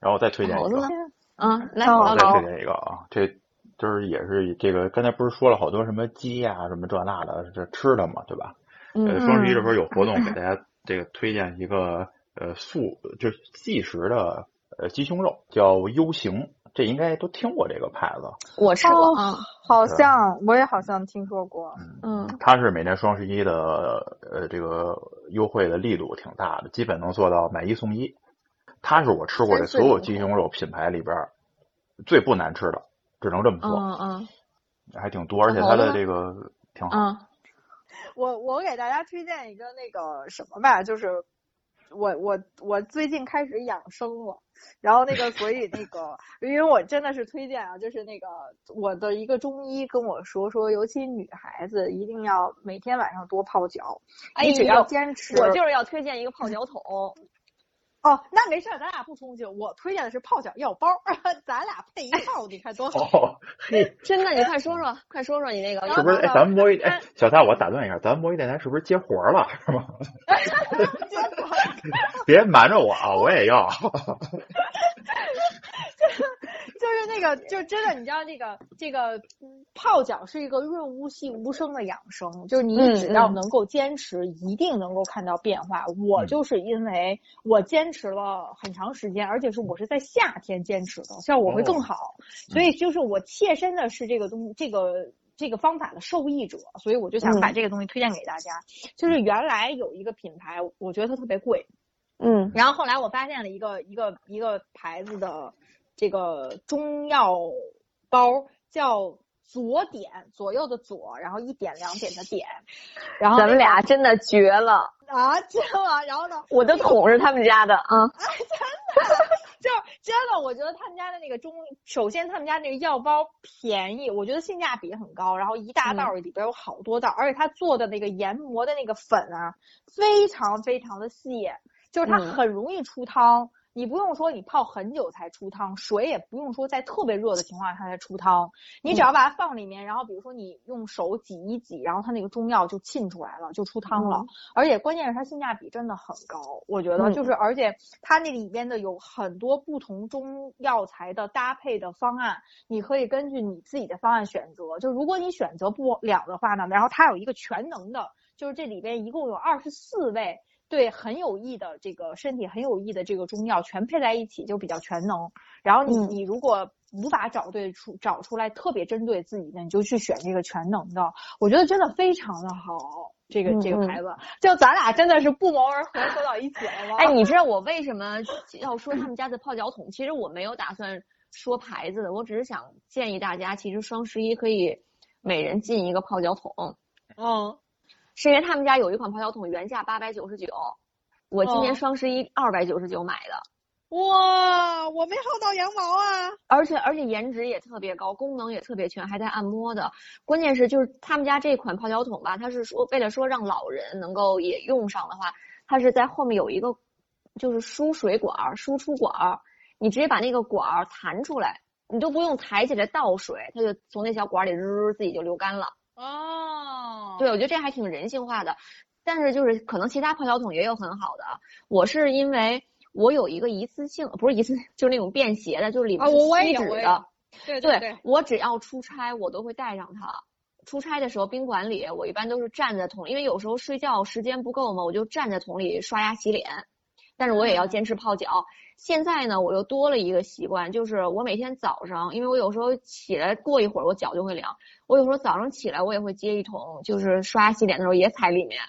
C: 然后再推荐
A: 猴
C: 一
A: 子
C: 个
A: 呢，？嗯，来，
B: 那我
A: 老
C: 我再
A: 狗
C: 推，荐一个啊，这就是也是这个刚才不是说了好多什么鸡呀、什么这那的这吃的嘛，对吧？呃，
A: 嗯，
C: 双十一的时候有活动，给大家这个推荐一个呃素就是即食的呃鸡胸肉，叫 U 型，这应该都听过这个牌子。
A: 我吃过
B: 哦
A: 啊，
B: 好
C: 是
B: 像我也好像听说过。
A: 嗯，
C: 它是每年双十一的呃这个优惠的力度挺大的，基本能做到买一送一。它是我吃过的所有鸡胸肉品牌里边儿最不难吃的，只能这么说，
A: 嗯嗯
C: 还挺多，而且它的这个挺
B: 哦
C: 好。
A: 嗯，
B: 我我给大家推荐一个那个什么吧，就是我我我最近开始养生了，然后那个所以那个，因为我真的是推荐啊，就是那个我的一个中医跟我说说，尤其女孩子一定要每天晚上多泡脚，
A: 哎
B: 你只要
A: 呦，
B: 坚持。
A: 我就是要推荐一个泡脚桶，
B: 哦，那没事儿，咱俩不冲突。我推荐的是泡脚药包， 咱俩配一套，你看多好。
C: 哦，嘿，
A: 真的，你快说说，快说说你那个，
C: 是不是？哎，咱们摸一哎，小蔡，我打断一下，咱们摸一电台是不是接活儿了？是 吗？别瞒着我啊，我也要。
B: 就是那个，就真的，你知道那个这个嗯泡脚是一个润物细无声的养生，就是你
A: 嗯
B: 只要
A: 嗯
B: 能够坚持，一定能够看到变化。我
C: 嗯
B: 就是因为我坚持了很长时间，而且是我是在夏天坚持的，效果会更
C: 哦
B: 好。所以就是我切身的是这个东这个。这个方法的受益者，所以我就想把
A: 嗯
B: 这个东西推荐给大家。就是原来有一个品牌，我觉得它特别贵，
A: 嗯
B: 然后后来我发现了一个一个一个牌子的这个中药包，叫左点左右的左，然后一点两点的点，然后
A: 咱们
B: 那个
A: 俩真的绝了，
B: 啊，知道吗？然后呢，
A: 我的桶是他们家的啊，
B: 哦 就是真的，我觉得他们家的那个中，首先他们家那个药包便宜，我觉得性价比很高，然后一大袋儿里边有好多袋儿，而且他做的那个研磨的那个粉啊，非常非常的细，就是它
A: 嗯
B: 很容易出汤。你不用说你泡很久才出汤，水也不用说在特别热的情况下它才出汤，你只要把它放里面，然后比如说你用手挤一挤，然后它那个中药就沁出来了，就出汤了。而且关键是它性价比真的很高，我觉得
A: 嗯
B: 就是，而且它那里边的有很多不同中药材的搭配的方案，你可以根据你自己的方案选择。就如果你选择不了的话呢，然后它有一个全能的，就是这里边一共有二十四味。对很有益的这个身体很有益的这个中药全配在一起就比较全能。然后你、
A: 嗯
B: 你如果无法找对出找出来特别针对自己的，你就去选这个全能的。我觉得真的非常的好，这个
A: 嗯
B: 这个
A: 嗯
B: 牌子，就咱俩真的是不谋而合说到一起了吗？
A: 哎，你知道我为什么要说他们家的泡脚桶？其实我没有打算说牌子的，我只是想建议大家，其实双十一可以每人进一个泡脚桶，
B: 嗯，
A: 是因为他们家有一款泡脚桶原价八百九十九，我今年
B: 哦
A: 双十一二百九十九买的，
B: 哇，我没薅到羊毛啊！
A: 而且而且颜值也特别高，功能也特别全，还带按摩的。关键是就是他们家这款泡脚桶吧，它是说为了说让老人能够也用上的话，它是在后面有一个就是输水管儿、输出管儿，你直接把那个管儿弹出来，你都不用抬起来倒水，它就从那小管儿里日自己就流干了。
B: 哦，
A: 对，我觉得这还挺人性化的。但是就是可能其他泡脚桶也有很好的，我是因为我有一个一次性，不是一次， 就是那种便携的，就是里面
B: 啊
A: 是
B: 我我也
A: 吸
B: 有
A: 纸
B: 我也
A: 的
B: 有。对
A: 对
B: 对，
A: 我只要出差，我都会带上它。出差的时候，宾馆里我一般都是站在桶，因为有时候睡觉时间不够嘛，我就站在桶里刷牙洗脸。但是我也要
B: 嗯
A: 坚持泡脚。现在呢，我又多了一个习惯，就是我每天早上，因为我有时候起来过一会儿，我脚就会凉。我有时候早上起来，我也会接一桶，就是刷牙洗脸的时候也踩里面。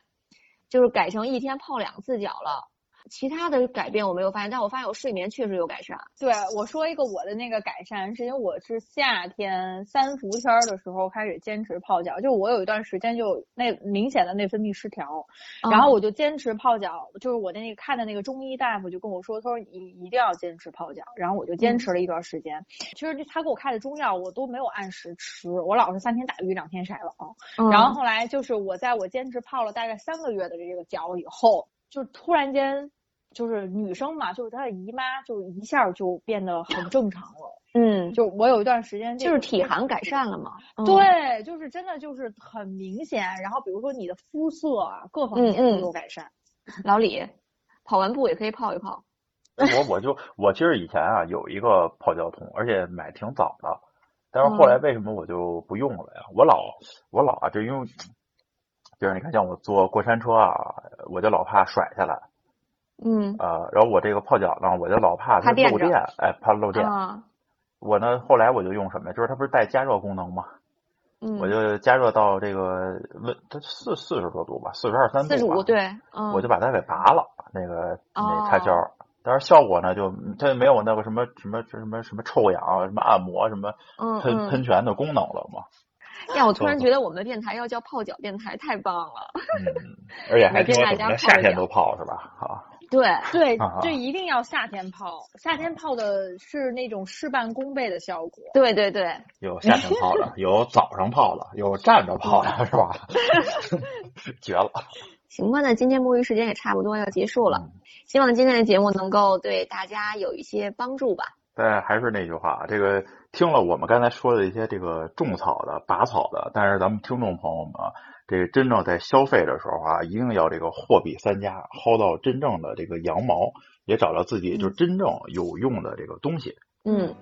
A: 就是改成一天泡两次脚了。其他的改变我没有发现，但我发现我睡眠确实有改善。
B: 对，我说一个我的那个改善，是因为我是夏天三伏天儿的时候开始坚持泡脚，就我有一段时间就有内明显的内分泌失调，然后我就坚持泡脚，就是我的那个看的那个中医大夫就跟我说，他说你一定要坚持泡脚，然后我就坚持了一段时间。其实他给我开的中药我都没有按时吃，我老是三天打鱼两天晒网。
A: 嗯
B: 然后后来就是我在我坚持泡了大概三个月的这个脚以后，就突然间就是女生嘛，就是她的姨妈，就一下就变得很正常了。
A: 嗯，
B: 就我有一段时间这
A: 就
B: 个
A: 是体寒改善了嘛？嗯，
B: 对，就是真的就是很明显。然后比如说你的肤色啊，各方面
A: 嗯嗯
B: 都有改善。
A: 老李，跑完步也可以泡一泡。
C: 我我就我其实以前啊有一个泡脚桶，而且买挺早的，但是后来为什么我就不用了呀？我老我老啊，就因为就是你看，像我坐过山车啊，我就老怕甩下来，
A: 嗯
C: 呃，然后我这个泡脚呢，我就老怕它
A: 怕垫
C: 漏
A: 着
C: 电，哎，怕漏电。
A: 啊，
C: 我呢后来我就用什么呀？就是它不是带加热功能吗？
A: 嗯，
C: 我就加热到这个温，它四四十多度吧，四十二三度吧，
A: 四十五，对，嗯，
C: 我就把它给拔了，那个那插销。
A: 哦
C: 但是效果呢，就它没有那个什么什么什么什么臭氧、什么按摩、什么
A: 嗯
C: 喷、
A: 嗯哎
C: 喷泉的功能了嘛。
A: 呀，我突然觉得我们的电台要叫泡脚电台，太棒了。
C: 嗯，而且还
A: 每天
C: 听说
A: 大
C: 什
A: 家
C: 么
A: 泡
C: 夏
A: 一
C: 天
A: 脚
C: 都泡是吧？啊，
A: 对，
B: 对
C: 啊
B: 对，一定要夏天泡，夏天泡的是那种事半功倍的效果。
A: 对对对，
C: 有夏天泡 的，有早上泡的，有站着泡
A: 嗯
C: 的是吧？ 绝了！
A: 行吧，那今天摸鱼时间也差不多要结束了，
C: 嗯
A: 希望今天的节目能够对大家有一些帮助吧。
C: 但还是那句话，啊这个听了我们刚才说的一些这个种草的、拔草的，但是咱们听众朋友们啊，这个真正在消费的时候啊，一定要这个货比三家，薅到真正的这个羊毛，也找到自己就真正有用的这个东西。
A: 嗯，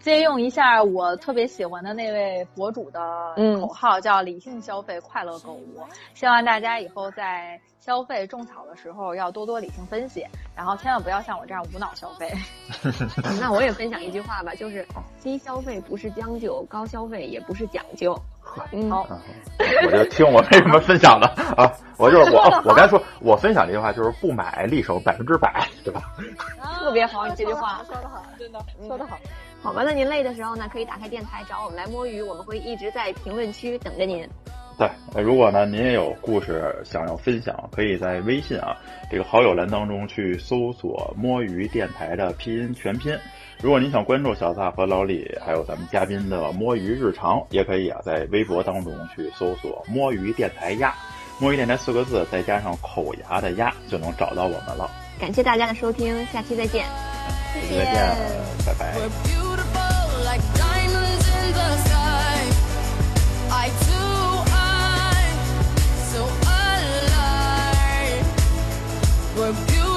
B: 借用一下我特别喜欢的那位博主的
A: 嗯
B: 口号，叫“理性消费，快乐购物”。希望大家以后在消费种草的时候要多多理性分析，然后千万不要像我这样无脑消费。
C: 嗯
A: 那我也分享一句话吧，就是低消费不是将就，高消费也不是讲究。嗯，
B: 好
C: 啊我就听我为什么分享的啊，我就是我，我刚才说我分享这句话就是不买立手百分之百，对吧？
A: 特别好，你 这句话。嗯
B: 说得好，真的说得好。
A: 好吧，那您累的时候呢，可以打开电台找我们来摸鱼，我们会一直在评论区等着您。
C: 对，呃如果呢您也有故事想要分享，可以在微信啊这个好友栏当中去搜索“摸鱼电台”的拼音全拼。如果您想关注小撒和老李，还有咱们嘉宾的摸鱼日常，也可以啊在微博当中去搜索“摸鱼电台鸭”，摸鱼电台四个字再加上口牙的鸭，就能找到我们了。
A: 感谢大家的收听，下期再见。
C: 下期再见，拜拜。
E: We're beautiful like diamonds in the sky. Eye to eye, so alive. We're beautiful.